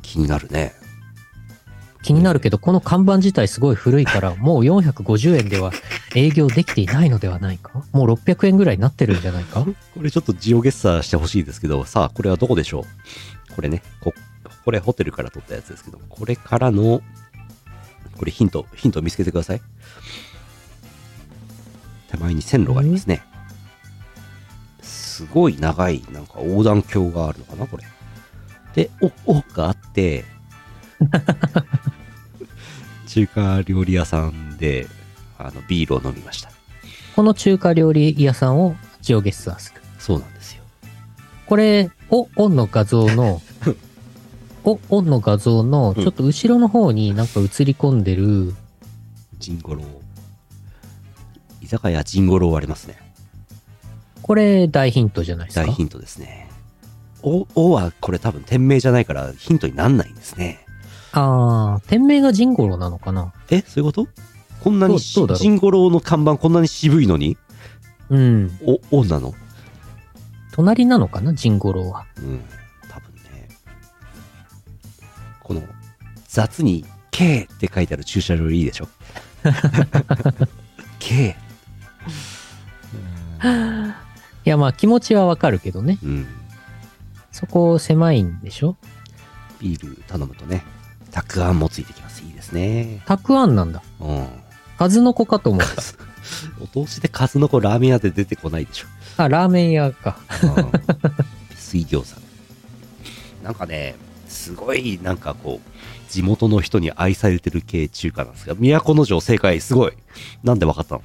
[SPEAKER 1] 気になるね
[SPEAKER 2] 気になるけど、この看板自体すごい古いから、もう450円では営業できていないのではないかもう600円ぐらいになってるんじゃないか
[SPEAKER 1] これちょっとジオゲッサーしてほしいですけどさあこれはどこでしょうこれねここれホテルから撮ったやつですけどこれからのこれヒントヒント見つけてください手前に線路がありますねすごい長いなんか横断橋があるのかなこれで「おお」があって中華料理屋さんであのビールを飲みました
[SPEAKER 2] この中華料理屋さんをジオゲッサーする。
[SPEAKER 1] そうなんですよ
[SPEAKER 2] これ、お、オンの画像の、お、オンの画像の、ちょっと後ろの方になんか映り込んでる、
[SPEAKER 1] ジンゴロウ。居酒屋ジンゴロウありますね。
[SPEAKER 2] これ大ヒントじゃないですか
[SPEAKER 1] 大ヒントですね。お、おはこれ多分店名じゃないからヒントになんないんですね。
[SPEAKER 2] あー、店名がジンゴロなのかな
[SPEAKER 1] え、そういうことこんなにし
[SPEAKER 2] どうどうだろう
[SPEAKER 1] ジンゴロウの看板こんなに渋いのに
[SPEAKER 2] うん。
[SPEAKER 1] お、おなの
[SPEAKER 2] 隣なのかなジンゴロは。
[SPEAKER 1] うん、多分ね。この雑に K って書いてある駐車場いいで しょ K
[SPEAKER 2] いや、まあ気持ちはわかるけどね。
[SPEAKER 1] うん
[SPEAKER 2] そこ狭いんでしょ
[SPEAKER 1] ビール頼むとねたくあんもついてきますいいですね
[SPEAKER 2] たくあんなんだ。
[SPEAKER 1] うん
[SPEAKER 2] 数の子かと思っ
[SPEAKER 1] お通しで数の子ラーメン屋で出てこないでしょ
[SPEAKER 2] た。あ、ラーメン屋か。
[SPEAKER 1] 水餃子なんかねすごいなんかこう地元の人に愛されてる系中華なんですが都城正解すごいなんでわかった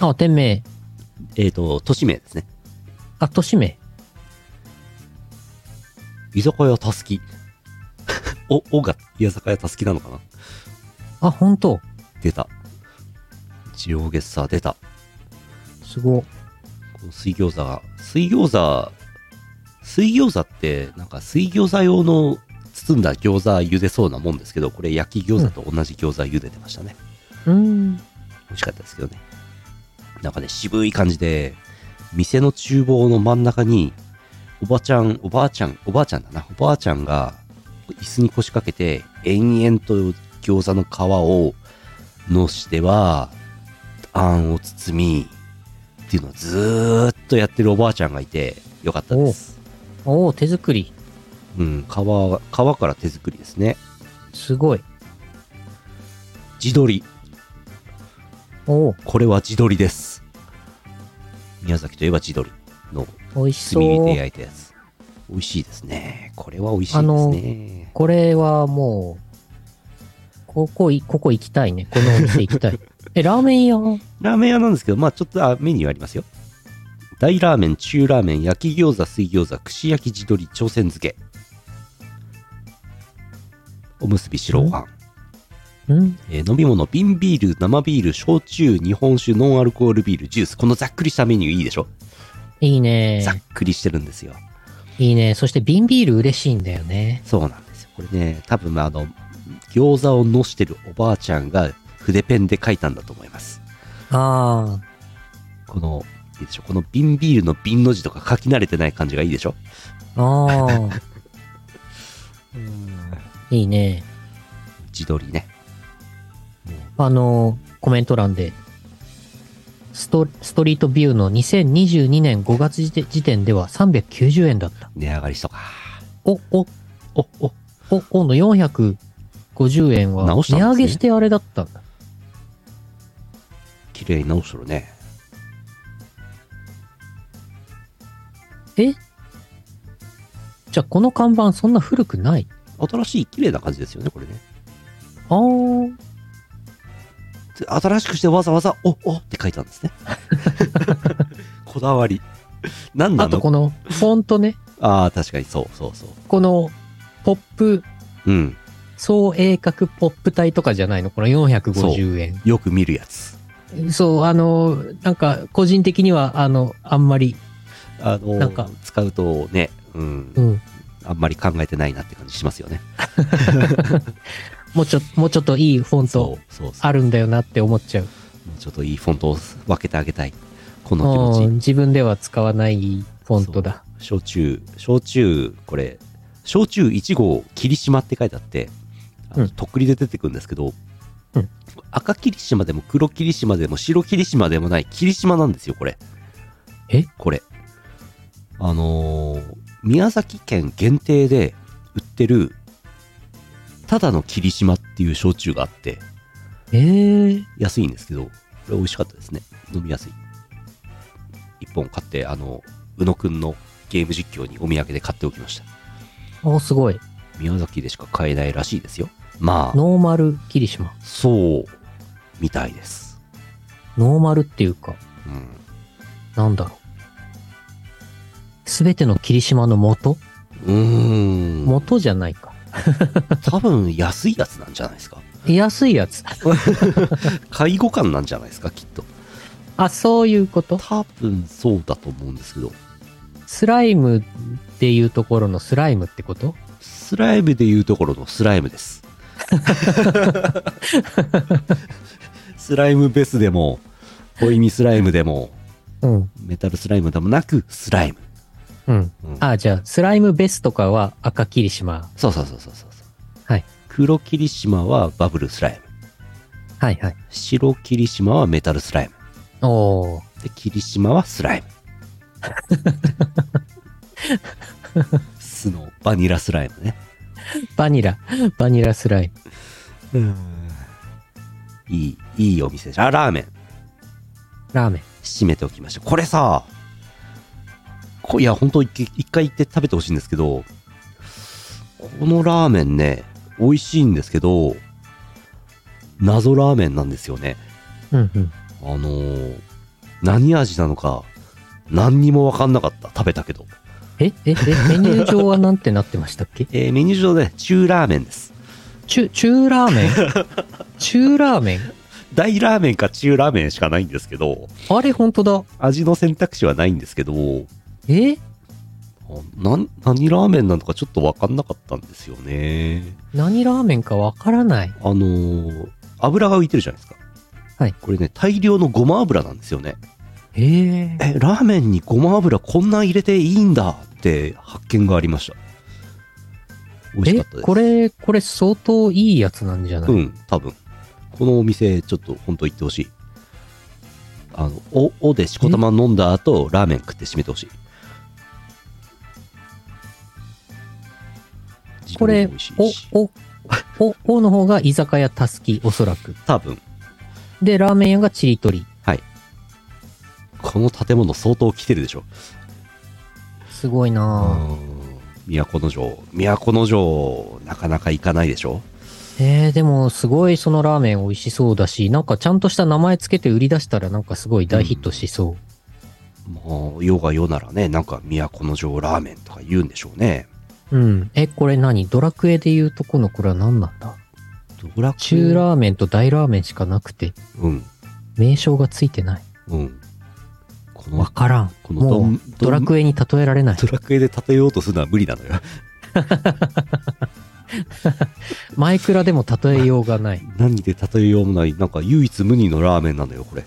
[SPEAKER 1] の
[SPEAKER 2] あ、店名。
[SPEAKER 1] えっ、と都市名ですね
[SPEAKER 2] あ、都市名。
[SPEAKER 1] 居酒屋たすき お「お」が居酒屋たすきなのかな
[SPEAKER 2] あ、本当
[SPEAKER 1] 出た上月さ出た
[SPEAKER 2] すご。
[SPEAKER 1] この水餃子が水餃子水餃子ってなんか水餃子用の包んだ餃子茹でそうなもんですけどこれ焼き餃子と同じ餃子茹でてましたね、
[SPEAKER 2] うーん。
[SPEAKER 1] 美味しかったですけどねなんかね渋い感じで店の厨房の真ん中におばちゃんおばあちゃんおばあちゃんだなおばあちゃんが椅子に腰掛けて延々と餃子の皮をのしてはあんを包みっていうのをずーっとやってるおばあちゃんがいてよかったです
[SPEAKER 2] おお手作り。
[SPEAKER 1] うん皮は皮から手作りですね
[SPEAKER 2] すごい。
[SPEAKER 1] 地鶏
[SPEAKER 2] おお
[SPEAKER 1] これは地鶏です宮崎といえば地鶏の
[SPEAKER 2] 美味し
[SPEAKER 1] 炭火
[SPEAKER 2] そ
[SPEAKER 1] で
[SPEAKER 2] う。
[SPEAKER 1] 焼いたやつ美味しいですねこれは美味しいですね
[SPEAKER 2] これはもう、ここい、ここ行きたいね。このお店行きた い。え、ラーメン屋
[SPEAKER 1] ラーメン屋なんですけどまあちょっとあメニューありますよ大ラーメン中ラーメン焼き餃子水餃子串焼き地鶏朝鮮漬けおむすび白ご飯、
[SPEAKER 2] うん
[SPEAKER 1] えー飲み物瓶ビール生ビール焼酎日本酒ノンアルコールビールジュースこのざっくりしたメニューいいでしょ、
[SPEAKER 2] いい
[SPEAKER 1] ざっ
[SPEAKER 2] ね。
[SPEAKER 1] くりしてるんですよ
[SPEAKER 2] いいね。そして瓶ビール嬉しいんだよね。
[SPEAKER 1] そうなんですよ。これね、多分あの、餃子をのしてるおばあちゃんが筆ペンで書いたんだと思います。
[SPEAKER 2] ああ、
[SPEAKER 1] この、いいでしょこの瓶ビールの瓶の字とか書き慣れてない感じがいいでしょ
[SPEAKER 2] ああ。 いいね。
[SPEAKER 1] 自撮りね。
[SPEAKER 2] あの、コメント欄で、ストストリートビューの2022年5月時点時点では390円だった。
[SPEAKER 1] 値上がりしとか。
[SPEAKER 2] お、お、
[SPEAKER 1] お、お、
[SPEAKER 2] お、おの450円は
[SPEAKER 1] 直し
[SPEAKER 2] 値
[SPEAKER 1] たんですね
[SPEAKER 2] 上げしてあれだったんだ。
[SPEAKER 1] 綺麗に直してるね。
[SPEAKER 2] えじゃあこの看板そんな古くない
[SPEAKER 1] 新しい綺麗な感じですよね、これね。
[SPEAKER 2] あー、
[SPEAKER 1] で新しくしてわざわざ、お、おって書いたんですね。 こだわり。なんな
[SPEAKER 2] あと
[SPEAKER 1] の
[SPEAKER 2] このフォントね、
[SPEAKER 1] ああ、確かにそうそうそう。
[SPEAKER 2] このポップ、
[SPEAKER 1] うん。
[SPEAKER 2] 総鋭角ポップ体とかじゃないのこの450円。
[SPEAKER 1] よく見るやつ。
[SPEAKER 2] そう、あの、なんか個人的には、あの、あんまり、
[SPEAKER 1] あの、
[SPEAKER 2] なんか
[SPEAKER 1] 使うとね、うん
[SPEAKER 2] う、ん、
[SPEAKER 1] あんまり考えてないなって感じしますよね。
[SPEAKER 2] もうちょ、もうちょっといいフォント
[SPEAKER 1] そうそうそう
[SPEAKER 2] あるんだよなって思っちゃう。
[SPEAKER 1] もうちょっといいフォントを分けてあげたい。この気
[SPEAKER 2] う
[SPEAKER 1] 持
[SPEAKER 2] ん
[SPEAKER 1] ち。
[SPEAKER 2] 自分では使わないフォントだ。
[SPEAKER 1] 焼酎、焼酎、これ、焼酎1号、霧島って書いてあって、あの
[SPEAKER 2] うん
[SPEAKER 1] とっくりで出てくるんですけど、
[SPEAKER 2] うん
[SPEAKER 1] 赤霧島でも黒霧島でも白霧島でもない霧島なんですよ、これ。
[SPEAKER 2] え
[SPEAKER 1] これ。あのー宮崎県限定で売ってる、ただの霧島っていう焼酎があって、
[SPEAKER 2] ええー、
[SPEAKER 1] 安いんですけど、これ美味しかったですね。飲みやすい。一本買って、あの、宇野くんのゲーム実況にお土産で買っておきました。
[SPEAKER 2] おすごい。
[SPEAKER 1] 宮崎でしか買えないらしいですよ。まあ、
[SPEAKER 2] ノーマル霧島。
[SPEAKER 1] そう、みたいです。
[SPEAKER 2] ノーマルっていうか、
[SPEAKER 1] うん。
[SPEAKER 2] なんだろう。すべての霧島の元
[SPEAKER 1] うーん。
[SPEAKER 2] 元じゃないか。
[SPEAKER 1] 多分安いやつなんじゃないですか。
[SPEAKER 2] 安いやつ。
[SPEAKER 1] 介護官なんじゃないですか、きっと。
[SPEAKER 2] あ、そういうこと
[SPEAKER 1] 多分そうだと思うんですけど。
[SPEAKER 2] スライムっていうところのスライムってこと
[SPEAKER 1] スライムでいうところのスライムです。スライムベスでも、ホイミスライムでも、
[SPEAKER 2] うん。
[SPEAKER 1] メタルスライムでもなく、スライム。
[SPEAKER 2] うん。
[SPEAKER 1] うん
[SPEAKER 2] あ、じゃあ、スライムベスとかは赤霧島。
[SPEAKER 1] そうそうそうそうそうそう。
[SPEAKER 2] はい。
[SPEAKER 1] 黒霧島はバブルスライム。
[SPEAKER 2] はいはい。
[SPEAKER 1] 白霧島はメタルスライム。
[SPEAKER 2] おー。
[SPEAKER 1] で、霧島はスラ イム。スノー、バニラスライムね。
[SPEAKER 2] バニラ。バニラスライム。
[SPEAKER 1] いい、いいお店じゃん。あ、ラーメン。
[SPEAKER 2] ラーメン。
[SPEAKER 1] 締めておきましょう。これさ、こいや、本当一回一回行って食べてほしいんですけど、このラーメンね、美味しいんですけど、謎ラーメンなんですよね。
[SPEAKER 2] うんうん。
[SPEAKER 1] あのー何味なのか、何にもわかんなかった。食べたけど。
[SPEAKER 2] え、え、え、メニュー上はなんてなってましたっけ
[SPEAKER 1] えーメニュー上で、ね、中ラーメンです。
[SPEAKER 2] 中、中ラーメン 中ラーメン
[SPEAKER 1] 大ラーメンか中ラーメンしかないんですけど、
[SPEAKER 2] あれ本当だ。
[SPEAKER 1] 味の選択肢はないんですけど、
[SPEAKER 2] え
[SPEAKER 1] あなん何ラーメンなのかちょっとわかんなかったんですよね。
[SPEAKER 2] 何ラーメンかわからない。
[SPEAKER 1] あのー油が浮いてるじゃないですか。
[SPEAKER 2] はい
[SPEAKER 1] これね、大量のごま油なんですよね。
[SPEAKER 2] へえ。
[SPEAKER 1] え、ラーメンにごま油こんな入れていいんだって発見がありました。美味し
[SPEAKER 2] え
[SPEAKER 1] かったです。、
[SPEAKER 2] これ、これ相当いいやつなんじゃない、
[SPEAKER 1] うん、多分。このお店、ちょっと本当行ってほしい。あの、お、おでしこたま飲んだ後、ラーメン食って締めてほしい。
[SPEAKER 2] こ
[SPEAKER 1] 自分で
[SPEAKER 2] れ
[SPEAKER 1] も美味しいし、
[SPEAKER 2] お、お、お、おの方が居酒屋たすき、おそらく。
[SPEAKER 1] 多分、
[SPEAKER 2] で、ラーメン屋がちりとり。
[SPEAKER 1] この建物相当来てるでしょ。
[SPEAKER 2] すごいなぁ。
[SPEAKER 1] 都の城、都の城、なかなか行かないでしょ
[SPEAKER 2] えー、でも、すごいそのラーメン美味しそうだし、なんかちゃんとした名前つけて売り出したらなんかすごい大ヒットしそう。
[SPEAKER 1] もう、世が世ならね、なんか都の城ラーメンとか言うんでしょうね。
[SPEAKER 2] うん。え、これ何ドラクエで言うとこのこれは何なんだ
[SPEAKER 1] ドラクエ
[SPEAKER 2] 中ラーメンと大ラーメンしかなくて、
[SPEAKER 1] うん、
[SPEAKER 2] 名称がついてない。
[SPEAKER 1] うん。この、
[SPEAKER 2] わからん。
[SPEAKER 1] このど
[SPEAKER 2] も
[SPEAKER 1] ん
[SPEAKER 2] う、ドラクエに例えられない。
[SPEAKER 1] ドラクエで例えようとするのは無理なのよ。
[SPEAKER 2] マイクラでも例えようがない。
[SPEAKER 1] 何で例えようもない、なんか唯一無二のラーメンなのよ、これ。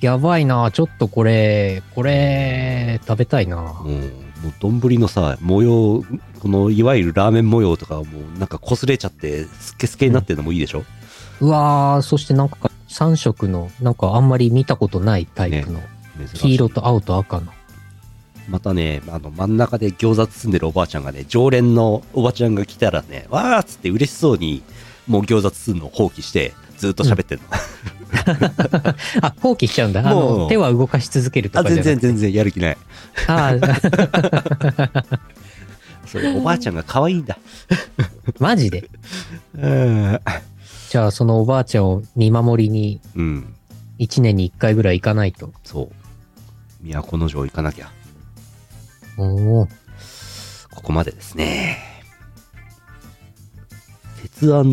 [SPEAKER 2] やばいなぁちょっとこれ、これ、食べたいなぁ
[SPEAKER 1] うん。もう丼のさ、模様、このいわゆるラーメン模様とか、もうなんか擦れちゃって、スケスケになってるのもいいでしょ、
[SPEAKER 2] うわー、そしてなんか3色の、なんかあんまり見たことないタイプの、
[SPEAKER 1] 珍しい
[SPEAKER 2] 黄色と青と赤の。
[SPEAKER 1] またね、あの真ん中で餃子包んでるおばあちゃんがね、常連のおばちゃんが来たらね、わーっつって嬉しそうに、もう餃子包むのを放棄して、ずっと喋ってるの。
[SPEAKER 2] あ、放棄しちゃうんだ。あ
[SPEAKER 1] も
[SPEAKER 2] の、
[SPEAKER 1] う
[SPEAKER 2] 手は動かし続けると
[SPEAKER 1] あ、
[SPEAKER 2] かじゃ
[SPEAKER 1] 全
[SPEAKER 2] なく
[SPEAKER 1] 然全然やる気ない。
[SPEAKER 2] あ ー
[SPEAKER 1] それ、おばあちゃんが可愛いんだ。
[SPEAKER 2] マジで。
[SPEAKER 1] うん。
[SPEAKER 2] じゃあ、そのおばあちゃんを見守りに、
[SPEAKER 1] うん、
[SPEAKER 2] 1年に1回ぐらい行かないと。
[SPEAKER 1] そう。都の城行かなきゃ。
[SPEAKER 2] おお。
[SPEAKER 1] ここまでですね。鉄友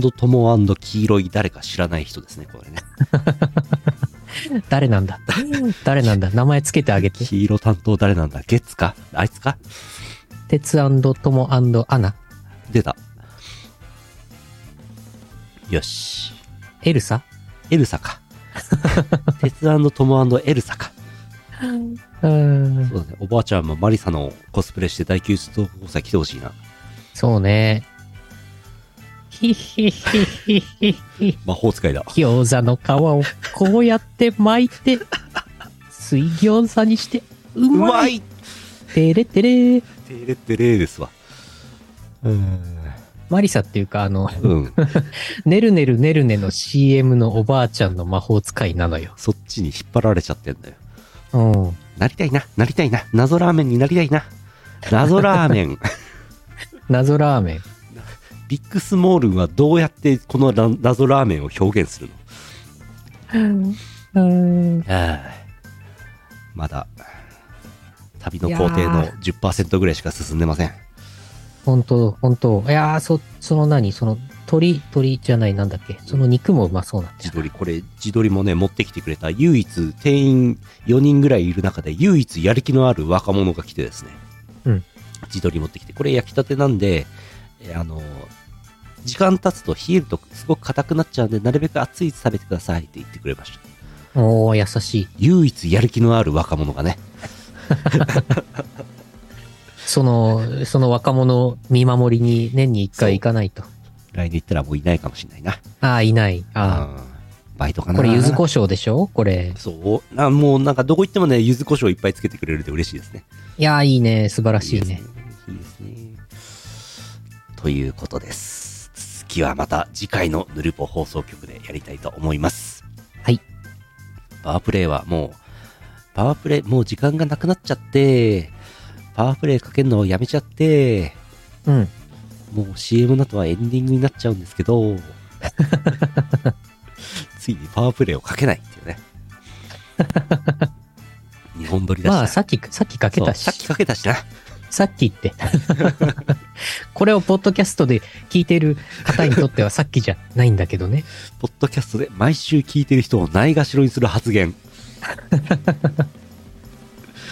[SPEAKER 1] 黄色い誰か知らない人ですね、これ ね。
[SPEAKER 2] 誰なんだ誰なんだ名前つけてあげて。
[SPEAKER 1] 黄色担当誰なんだゲッツかあいつか
[SPEAKER 2] 鉄友アナ。
[SPEAKER 1] 出た。よし。
[SPEAKER 2] エルサ
[SPEAKER 1] エルサか。 鉄友エルサか。
[SPEAKER 2] うーん。
[SPEAKER 1] そうだね。おばあちゃんもマリサのコスプレして大休日投稿祭来てほしいな。
[SPEAKER 2] そうね。ひひひひひひ。
[SPEAKER 1] 魔法使いだ。
[SPEAKER 2] 餃子の皮をこうやって巻いて、水餃子にして、う
[SPEAKER 1] う
[SPEAKER 2] ま
[SPEAKER 1] ま
[SPEAKER 2] い
[SPEAKER 1] い
[SPEAKER 2] てれてれ。
[SPEAKER 1] てれってれですわ。うん。
[SPEAKER 2] マリサっていうか、あの、
[SPEAKER 1] うん。
[SPEAKER 2] ねるねるねるねの CM のおばあちゃんの魔法使いなのよ。
[SPEAKER 1] そっちに引っ張られちゃってんだよ。
[SPEAKER 2] うん。
[SPEAKER 1] なりたいな、なりたいな、謎ラーメンになりたいな。謎ラーメ ン。
[SPEAKER 2] 謎ラーメン。
[SPEAKER 1] ビッグスモールンはどうやってこのラ謎ラーメンを表現するの
[SPEAKER 2] うん。
[SPEAKER 1] まだ、旅の工程の10%ぐらいしか進んでません。
[SPEAKER 2] 本当本当いやー、そ、その何その、鳥、鳥じゃない、なんだっけその肉もうまそうなんだ
[SPEAKER 1] 自
[SPEAKER 2] よ。
[SPEAKER 1] 撮り、これ、自撮りもね、持ってきてくれた唯一、店員4人ぐらいいる中で、唯一やる気のある若者が来てですね。
[SPEAKER 2] うん
[SPEAKER 1] 自撮り持ってきて、これ焼きたてなんで、えあの、時間経つと冷えるとすごく硬くなっちゃうんで、なるべく熱いやつ食べてくださいって言ってくれました。
[SPEAKER 2] おー、優しい。
[SPEAKER 1] 唯一やる気のある若者がね、
[SPEAKER 2] その、その若者を見守りに年に一回行かないと。
[SPEAKER 1] 来年行ったらもういないかもしれないな。
[SPEAKER 2] ああ、いない。あ
[SPEAKER 1] うんバイトか
[SPEAKER 2] あ。
[SPEAKER 1] な。
[SPEAKER 2] これ、柚子胡椒でしょこれ。
[SPEAKER 1] そう。なもうなんかどこ行ってもね、柚子胡椒いっぱいつけてくれるで嬉しいですね。
[SPEAKER 2] いやー、いいね。素晴らしいね。
[SPEAKER 1] いいですね。いいですねということです。続きはまた次回のヌルポ放送局でやりたいと思います。
[SPEAKER 2] はい。
[SPEAKER 1] パワープレイはもう、パワープレイ、もう時間がなくなっちゃって、パワープレイかけるのをやめちゃって、
[SPEAKER 2] うん。
[SPEAKER 1] もう CM の後はエンディングになっちゃうんですけど、 ついにパワープレイをかけないって いうね。日本撮りだしな
[SPEAKER 2] まあ、さっき、さっきかけたし
[SPEAKER 1] そうさっ、きかけたしな。
[SPEAKER 2] さっき言って。これをポッドキャストで聞いてる方にとってはさっきじゃないんだけどね。
[SPEAKER 1] ポッドキャストで毎週聞いてる人をないがしろにする発言。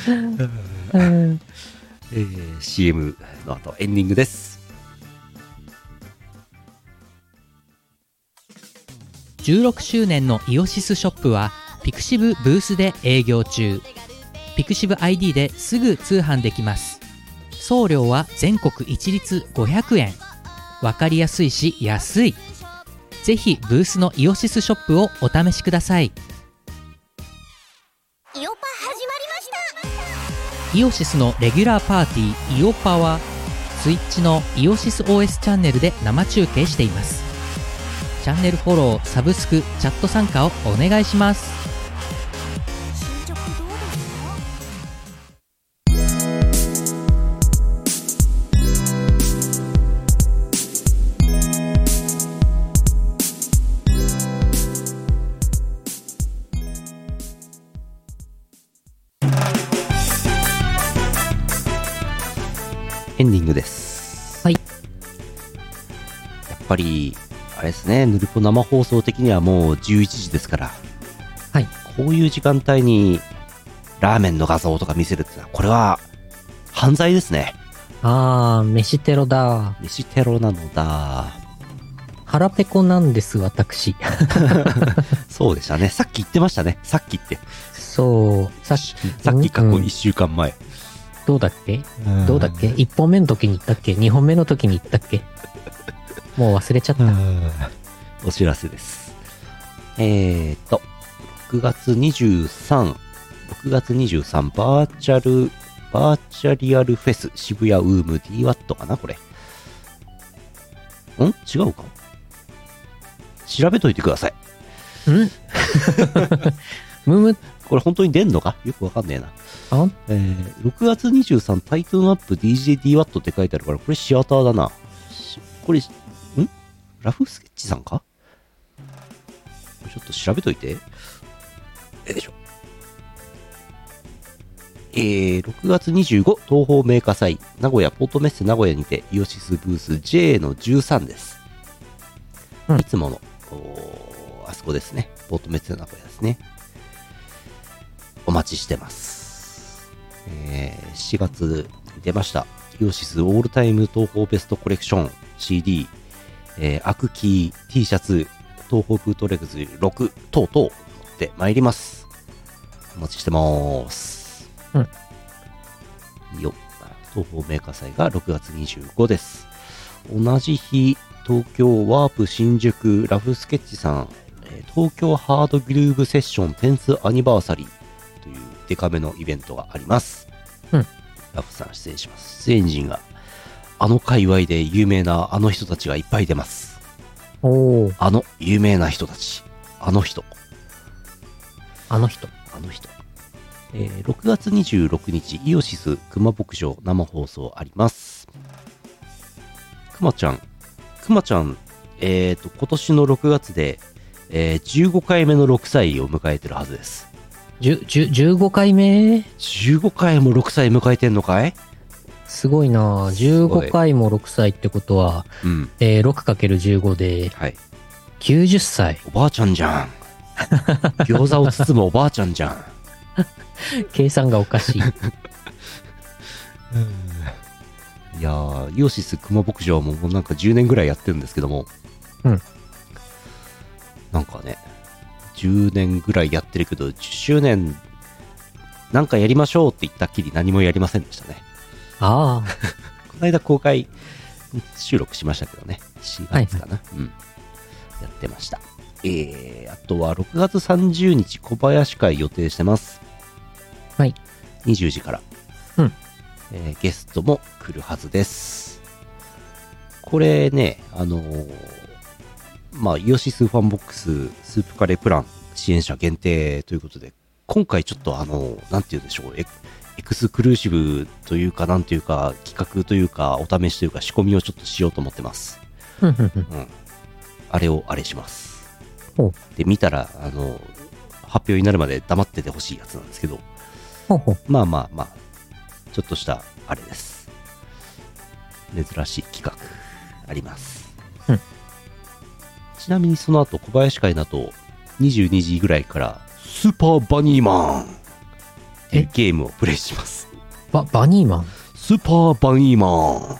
[SPEAKER 2] うん
[SPEAKER 1] えー CM の後エンディングです。
[SPEAKER 4] 16周年のイオシスショップはピクシブブースで営業中ピクシブ ID ですぐ通販できます送料は全国一律500円わかりやすいし安いぜひブースのイオシスショップをお試しください
[SPEAKER 5] イオパ始まりました
[SPEAKER 4] イオシスのレギュラーパーティー「イオパ」はスイッチのイオシス OS チャンネルで生中継していますチャンネルフォローサブスクチャット参加をお願いします
[SPEAKER 5] 進捗どうですか
[SPEAKER 1] エンディングです。
[SPEAKER 2] はい。
[SPEAKER 1] やっぱり、あれですね、ヌルポ生放送的にはもう11時ですから、
[SPEAKER 2] はい。
[SPEAKER 1] こういう時間帯にラーメンの画像とか見せるってのは、これは犯罪ですね。
[SPEAKER 2] あー、飯テロだ。
[SPEAKER 1] 飯テロなのだ。
[SPEAKER 2] 腹ペコなんです、私。
[SPEAKER 1] そうでしたね。さっき言ってましたね。さっきって。
[SPEAKER 2] そう。さっき、
[SPEAKER 1] さっき過去
[SPEAKER 2] うん
[SPEAKER 1] 1週間前。
[SPEAKER 2] どうだっけどうだっけ ?1 本目の時に言ったっけ ?2 本目の時に言ったっけもう忘れちゃった。
[SPEAKER 1] お知らせです。えーと、6月23、6月23バーチャル、バーチャリアルフェス渋谷ウーム DWAT かなこれ。ん違うか調べといてください。
[SPEAKER 2] うん むむ、
[SPEAKER 1] これ本当に出んのかよくわかんねえな。
[SPEAKER 2] あ
[SPEAKER 1] えー6月23タイトルアップ DJDWAT って書いてあるから、これシアターだな。しこれ、んラフスケッチさんかこれちょっと調べといて。よいしょ。えー、6月25東方メーカー祭名古屋ポートメッセ名古屋にてイオシスブース J の13です、
[SPEAKER 2] うん
[SPEAKER 1] いつものおーあそこですねポートメッセ名古屋ですねお待ちしてます、えー4月出ましたイオシスオールタイム東方ベストコレクション CD、えーアクキー T シャツ東方ブートレグズ6等々持ってまいりますお待ちしてますよ。東方メーカー祭が6月25です。同じ日、東京ワープ新宿ラフスケッチさん、えー東京ハードグルーブセッションテンスアニバーサリーというデカめのイベントがあります。
[SPEAKER 2] うん
[SPEAKER 1] ラフさん出演します。出演陣が、あの界隈で有名なあの人たちがいっぱい出ます。
[SPEAKER 2] おー、
[SPEAKER 1] あの有名な人たち。あの人。
[SPEAKER 2] あの人。
[SPEAKER 1] あの人。えー6月26日、イオシス熊牧場生放送あります。熊ちゃん。熊ちゃん、えっ、と、今年の6月で、えー15回目の6歳を迎えてるはずです。
[SPEAKER 2] じゅ、じゅ、15回目
[SPEAKER 1] 15回も6歳迎えてんのかい
[SPEAKER 2] すごいなあ
[SPEAKER 1] すごい
[SPEAKER 2] 15回も6歳ってことは、
[SPEAKER 1] うん。
[SPEAKER 2] えー、6×15 で
[SPEAKER 1] はい。
[SPEAKER 2] 90歳。
[SPEAKER 1] おばあちゃんじ ゃん。餃子を包むおばあちゃんじゃん。
[SPEAKER 2] 計算がおか しい。
[SPEAKER 1] いやー、イオシス熊牧場ももうなんか10年ぐらいやってるんですけども、
[SPEAKER 2] うん。
[SPEAKER 1] なんかね、10年ぐらいやってるけど、10周年、なんかやりましょうって言ったっきり何もやりませんでしたね。
[SPEAKER 2] ああ、
[SPEAKER 1] この間公開収録しましたけどね。4
[SPEAKER 2] はい
[SPEAKER 1] 月かな。うん。やってました。えー、あとは6月30日、小林会予定してます。
[SPEAKER 2] はい。
[SPEAKER 1] 20時から。
[SPEAKER 2] うん。
[SPEAKER 1] えーゲストも来るはずです。これね、あのーまあ、イオシスファンボックススープカレープラン支援者限定ということで、今回ちょっとあの、なんて言うんでしょう、エエクスクルーシブというか、なんというか、企画というか、お試しというか、仕込みをちょっとしようと思ってます。
[SPEAKER 2] うんうんうん
[SPEAKER 1] うん。あれをあれします
[SPEAKER 2] ほ。
[SPEAKER 1] で、見たら、あの、発表になるまで黙っててほしいやつなんですけど、
[SPEAKER 2] ほうほう。
[SPEAKER 1] まあまあまあ、ちょっとしたあれです。珍しい企画あります。
[SPEAKER 2] うん
[SPEAKER 1] ちなみにその後、小林会だと22時ぐらいから、スーパーバニーマンっていうゲームをプレイします。
[SPEAKER 2] バ、バニーマン。
[SPEAKER 1] スーパーバニーマン。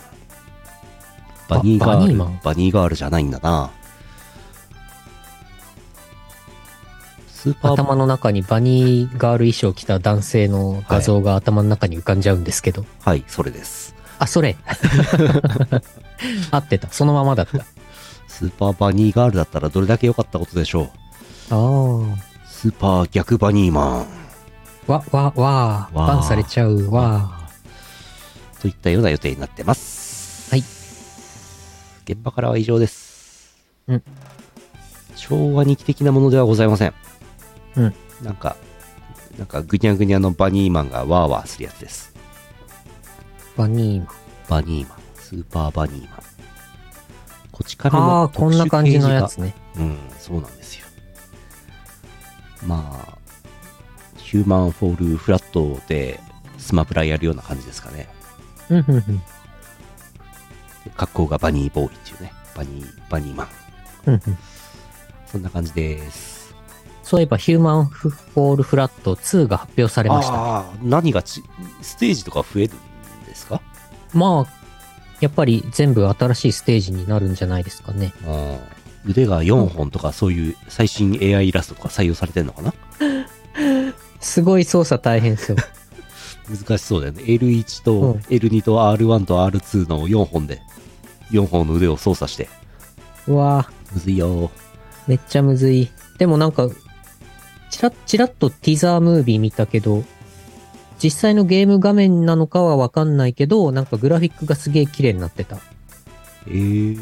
[SPEAKER 1] バニーガ
[SPEAKER 2] バ
[SPEAKER 1] ー
[SPEAKER 2] ニ
[SPEAKER 1] ル
[SPEAKER 2] ーマン
[SPEAKER 1] バニーガールじゃないんだな。スーパー
[SPEAKER 2] 頭の中にバニーガール衣装着た男性の画像が頭の中に浮かんじゃうんですけど。
[SPEAKER 1] はい、それです。
[SPEAKER 2] あ、そ れ。合ってた。そのままだった。あ
[SPEAKER 1] スーパーバニーガールだったらどれだけ良かったことでしょう。
[SPEAKER 2] あ。
[SPEAKER 1] スーパー逆バニーマン
[SPEAKER 2] わ、わ、わー。
[SPEAKER 1] わー
[SPEAKER 2] バンされちゃう。わ
[SPEAKER 1] といったような予定になってます。
[SPEAKER 2] はい。
[SPEAKER 1] 現場からは以上です。
[SPEAKER 2] うん。
[SPEAKER 1] 昭和日記的なものではございません。
[SPEAKER 2] うん。
[SPEAKER 1] なんか、なんかぐにゃぐにゃのバニーマンがワーワーするやつです。
[SPEAKER 2] ー。バニーマ
[SPEAKER 1] バ
[SPEAKER 2] ン。
[SPEAKER 1] ニーマン。スーパーバニーマン。こち亀
[SPEAKER 2] ああ
[SPEAKER 1] の
[SPEAKER 2] ー、
[SPEAKER 1] 特
[SPEAKER 2] こん
[SPEAKER 1] 殊
[SPEAKER 2] な感じ
[SPEAKER 1] ページ
[SPEAKER 2] の
[SPEAKER 1] が
[SPEAKER 2] やつね。
[SPEAKER 1] うん、そうなんですよ。まあ、ヒューマンフォールフラットでスマブラやるような感じですかね。
[SPEAKER 2] うん、うん、うん。
[SPEAKER 1] で格好がバニーボーイっていうね、バニー、バニーマン。
[SPEAKER 2] うんうん
[SPEAKER 1] そんな感じです。
[SPEAKER 2] そういえば、ヒューマンフォールフラット2が発表されましたね。
[SPEAKER 1] ああ、何がち、ステージとか増えるんですか
[SPEAKER 2] まあ、やっぱり全部新しいステージになるんじゃないですかね。
[SPEAKER 1] うん。腕が4本とか、そういう最新 AI イラストとか採用されてるのかな
[SPEAKER 2] すごい操作大変そう。
[SPEAKER 1] 難しそうだよね。L1 と
[SPEAKER 2] うん
[SPEAKER 1] L2 と R1 と R2 の4本で、4本の腕を操作して。
[SPEAKER 2] うわー
[SPEAKER 1] むずいよー。
[SPEAKER 2] めっちゃむずい。でもなんか、ちらっちらっとティザームービー見たけど、実際のゲーム画面なのかはわかんないけど、なんかグラフィックがすげえ綺麗になってた。
[SPEAKER 1] えー。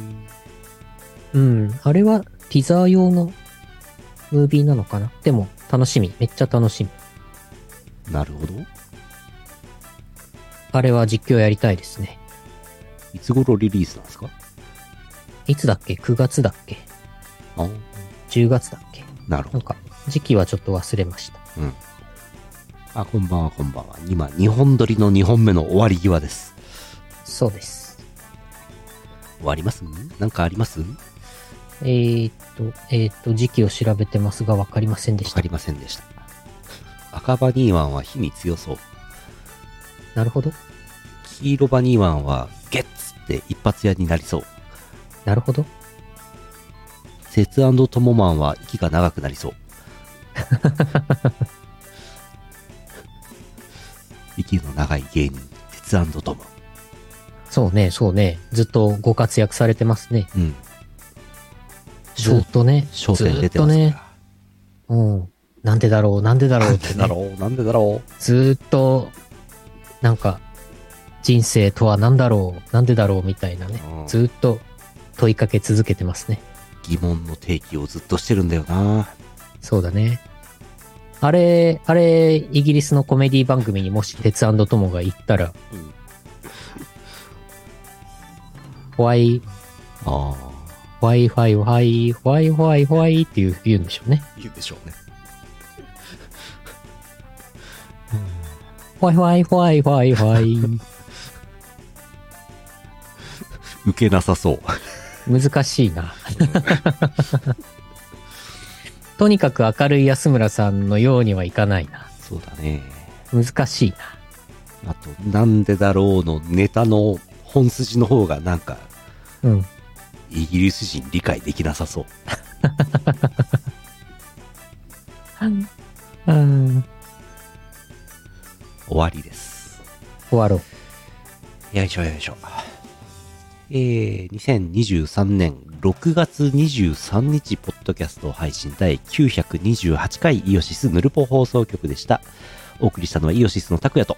[SPEAKER 2] うん。あれはティザー用のムービーなのかなでも楽しみ。めっちゃ楽しみ。
[SPEAKER 1] なるほど。
[SPEAKER 2] あれは実況やりたいですね。
[SPEAKER 1] いつ頃リリースなんですか
[SPEAKER 2] いつだっけ ?9 月だっけ
[SPEAKER 1] あ
[SPEAKER 2] ?10 月だっけ
[SPEAKER 1] なる
[SPEAKER 2] な
[SPEAKER 1] ほ
[SPEAKER 2] ん
[SPEAKER 1] ど。
[SPEAKER 2] か、時期はちょっと忘れました。
[SPEAKER 1] うん。あ、こんばんは、こんばんは。今、日本撮りの2本目の終わり際です。
[SPEAKER 2] そうです。
[SPEAKER 1] 終わりますなんかありますわ
[SPEAKER 2] えー、っと、えーっと、時期を調べてますが、わかりませんでし
[SPEAKER 1] か
[SPEAKER 2] た。
[SPEAKER 1] りませんでした。赤バニーワンは火に強そう。
[SPEAKER 2] なるほど。
[SPEAKER 1] 黄色バニーワンはゲッツって一発屋になりそう。
[SPEAKER 2] なるほど。
[SPEAKER 1] セツトモマンは息が長くなり そう。息の長い芸人、テツトモ。
[SPEAKER 2] そうね、そうね。ずっとご活躍されてますね。
[SPEAKER 1] うん。
[SPEAKER 2] ずっとね。
[SPEAKER 1] 焦点出て
[SPEAKER 2] ずっと
[SPEAKER 1] ますから。
[SPEAKER 2] ね。うん。なんでだろう、なんでだろうって、ね。
[SPEAKER 1] ろうなんでだろ
[SPEAKER 2] ずっと、なんか、人生とは何だろう、なんでだろうみたいなね。
[SPEAKER 1] うん
[SPEAKER 2] ずっと問いかけ続けてますね。
[SPEAKER 1] 疑問の提起をずっとしてるんだよな
[SPEAKER 2] そうだね。あれ、あれ、イギリスのコメディ番組にもし、鉄友が行ったら、
[SPEAKER 1] うん
[SPEAKER 2] ホワイ、
[SPEAKER 1] あ
[SPEAKER 2] ホワイ、ホワイ、ホワイ、ホワイ、ホワイ、ホワイっていう、言うんでしょうね。
[SPEAKER 1] 言うでしょうね
[SPEAKER 2] ホワイ、ホワイ、ホワイ、ホワイ、ホワイ。
[SPEAKER 1] 受けなさそう
[SPEAKER 2] 難しいな。とにかく明るい安村さんのようにはいかないな。
[SPEAKER 1] そうだね
[SPEAKER 2] 難しいな。
[SPEAKER 1] あと「なんでだろう」のネタの本筋の方がなんか
[SPEAKER 2] うん。
[SPEAKER 1] イギリス人理解できなさそう
[SPEAKER 2] うん。
[SPEAKER 1] 終わりです
[SPEAKER 2] 終わろう。
[SPEAKER 1] よいしょよいしょえー、2023年6月23日、ポッドキャスト配信第928回イオシスヌルポ放送局でした。お送りしたのはイオシスの拓也と、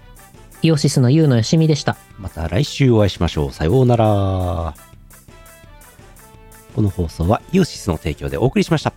[SPEAKER 2] イオシスのユウのよしみでした。
[SPEAKER 1] また来週お会いしましょう。さようなら。この放送はイオシスの提供でお送りしました。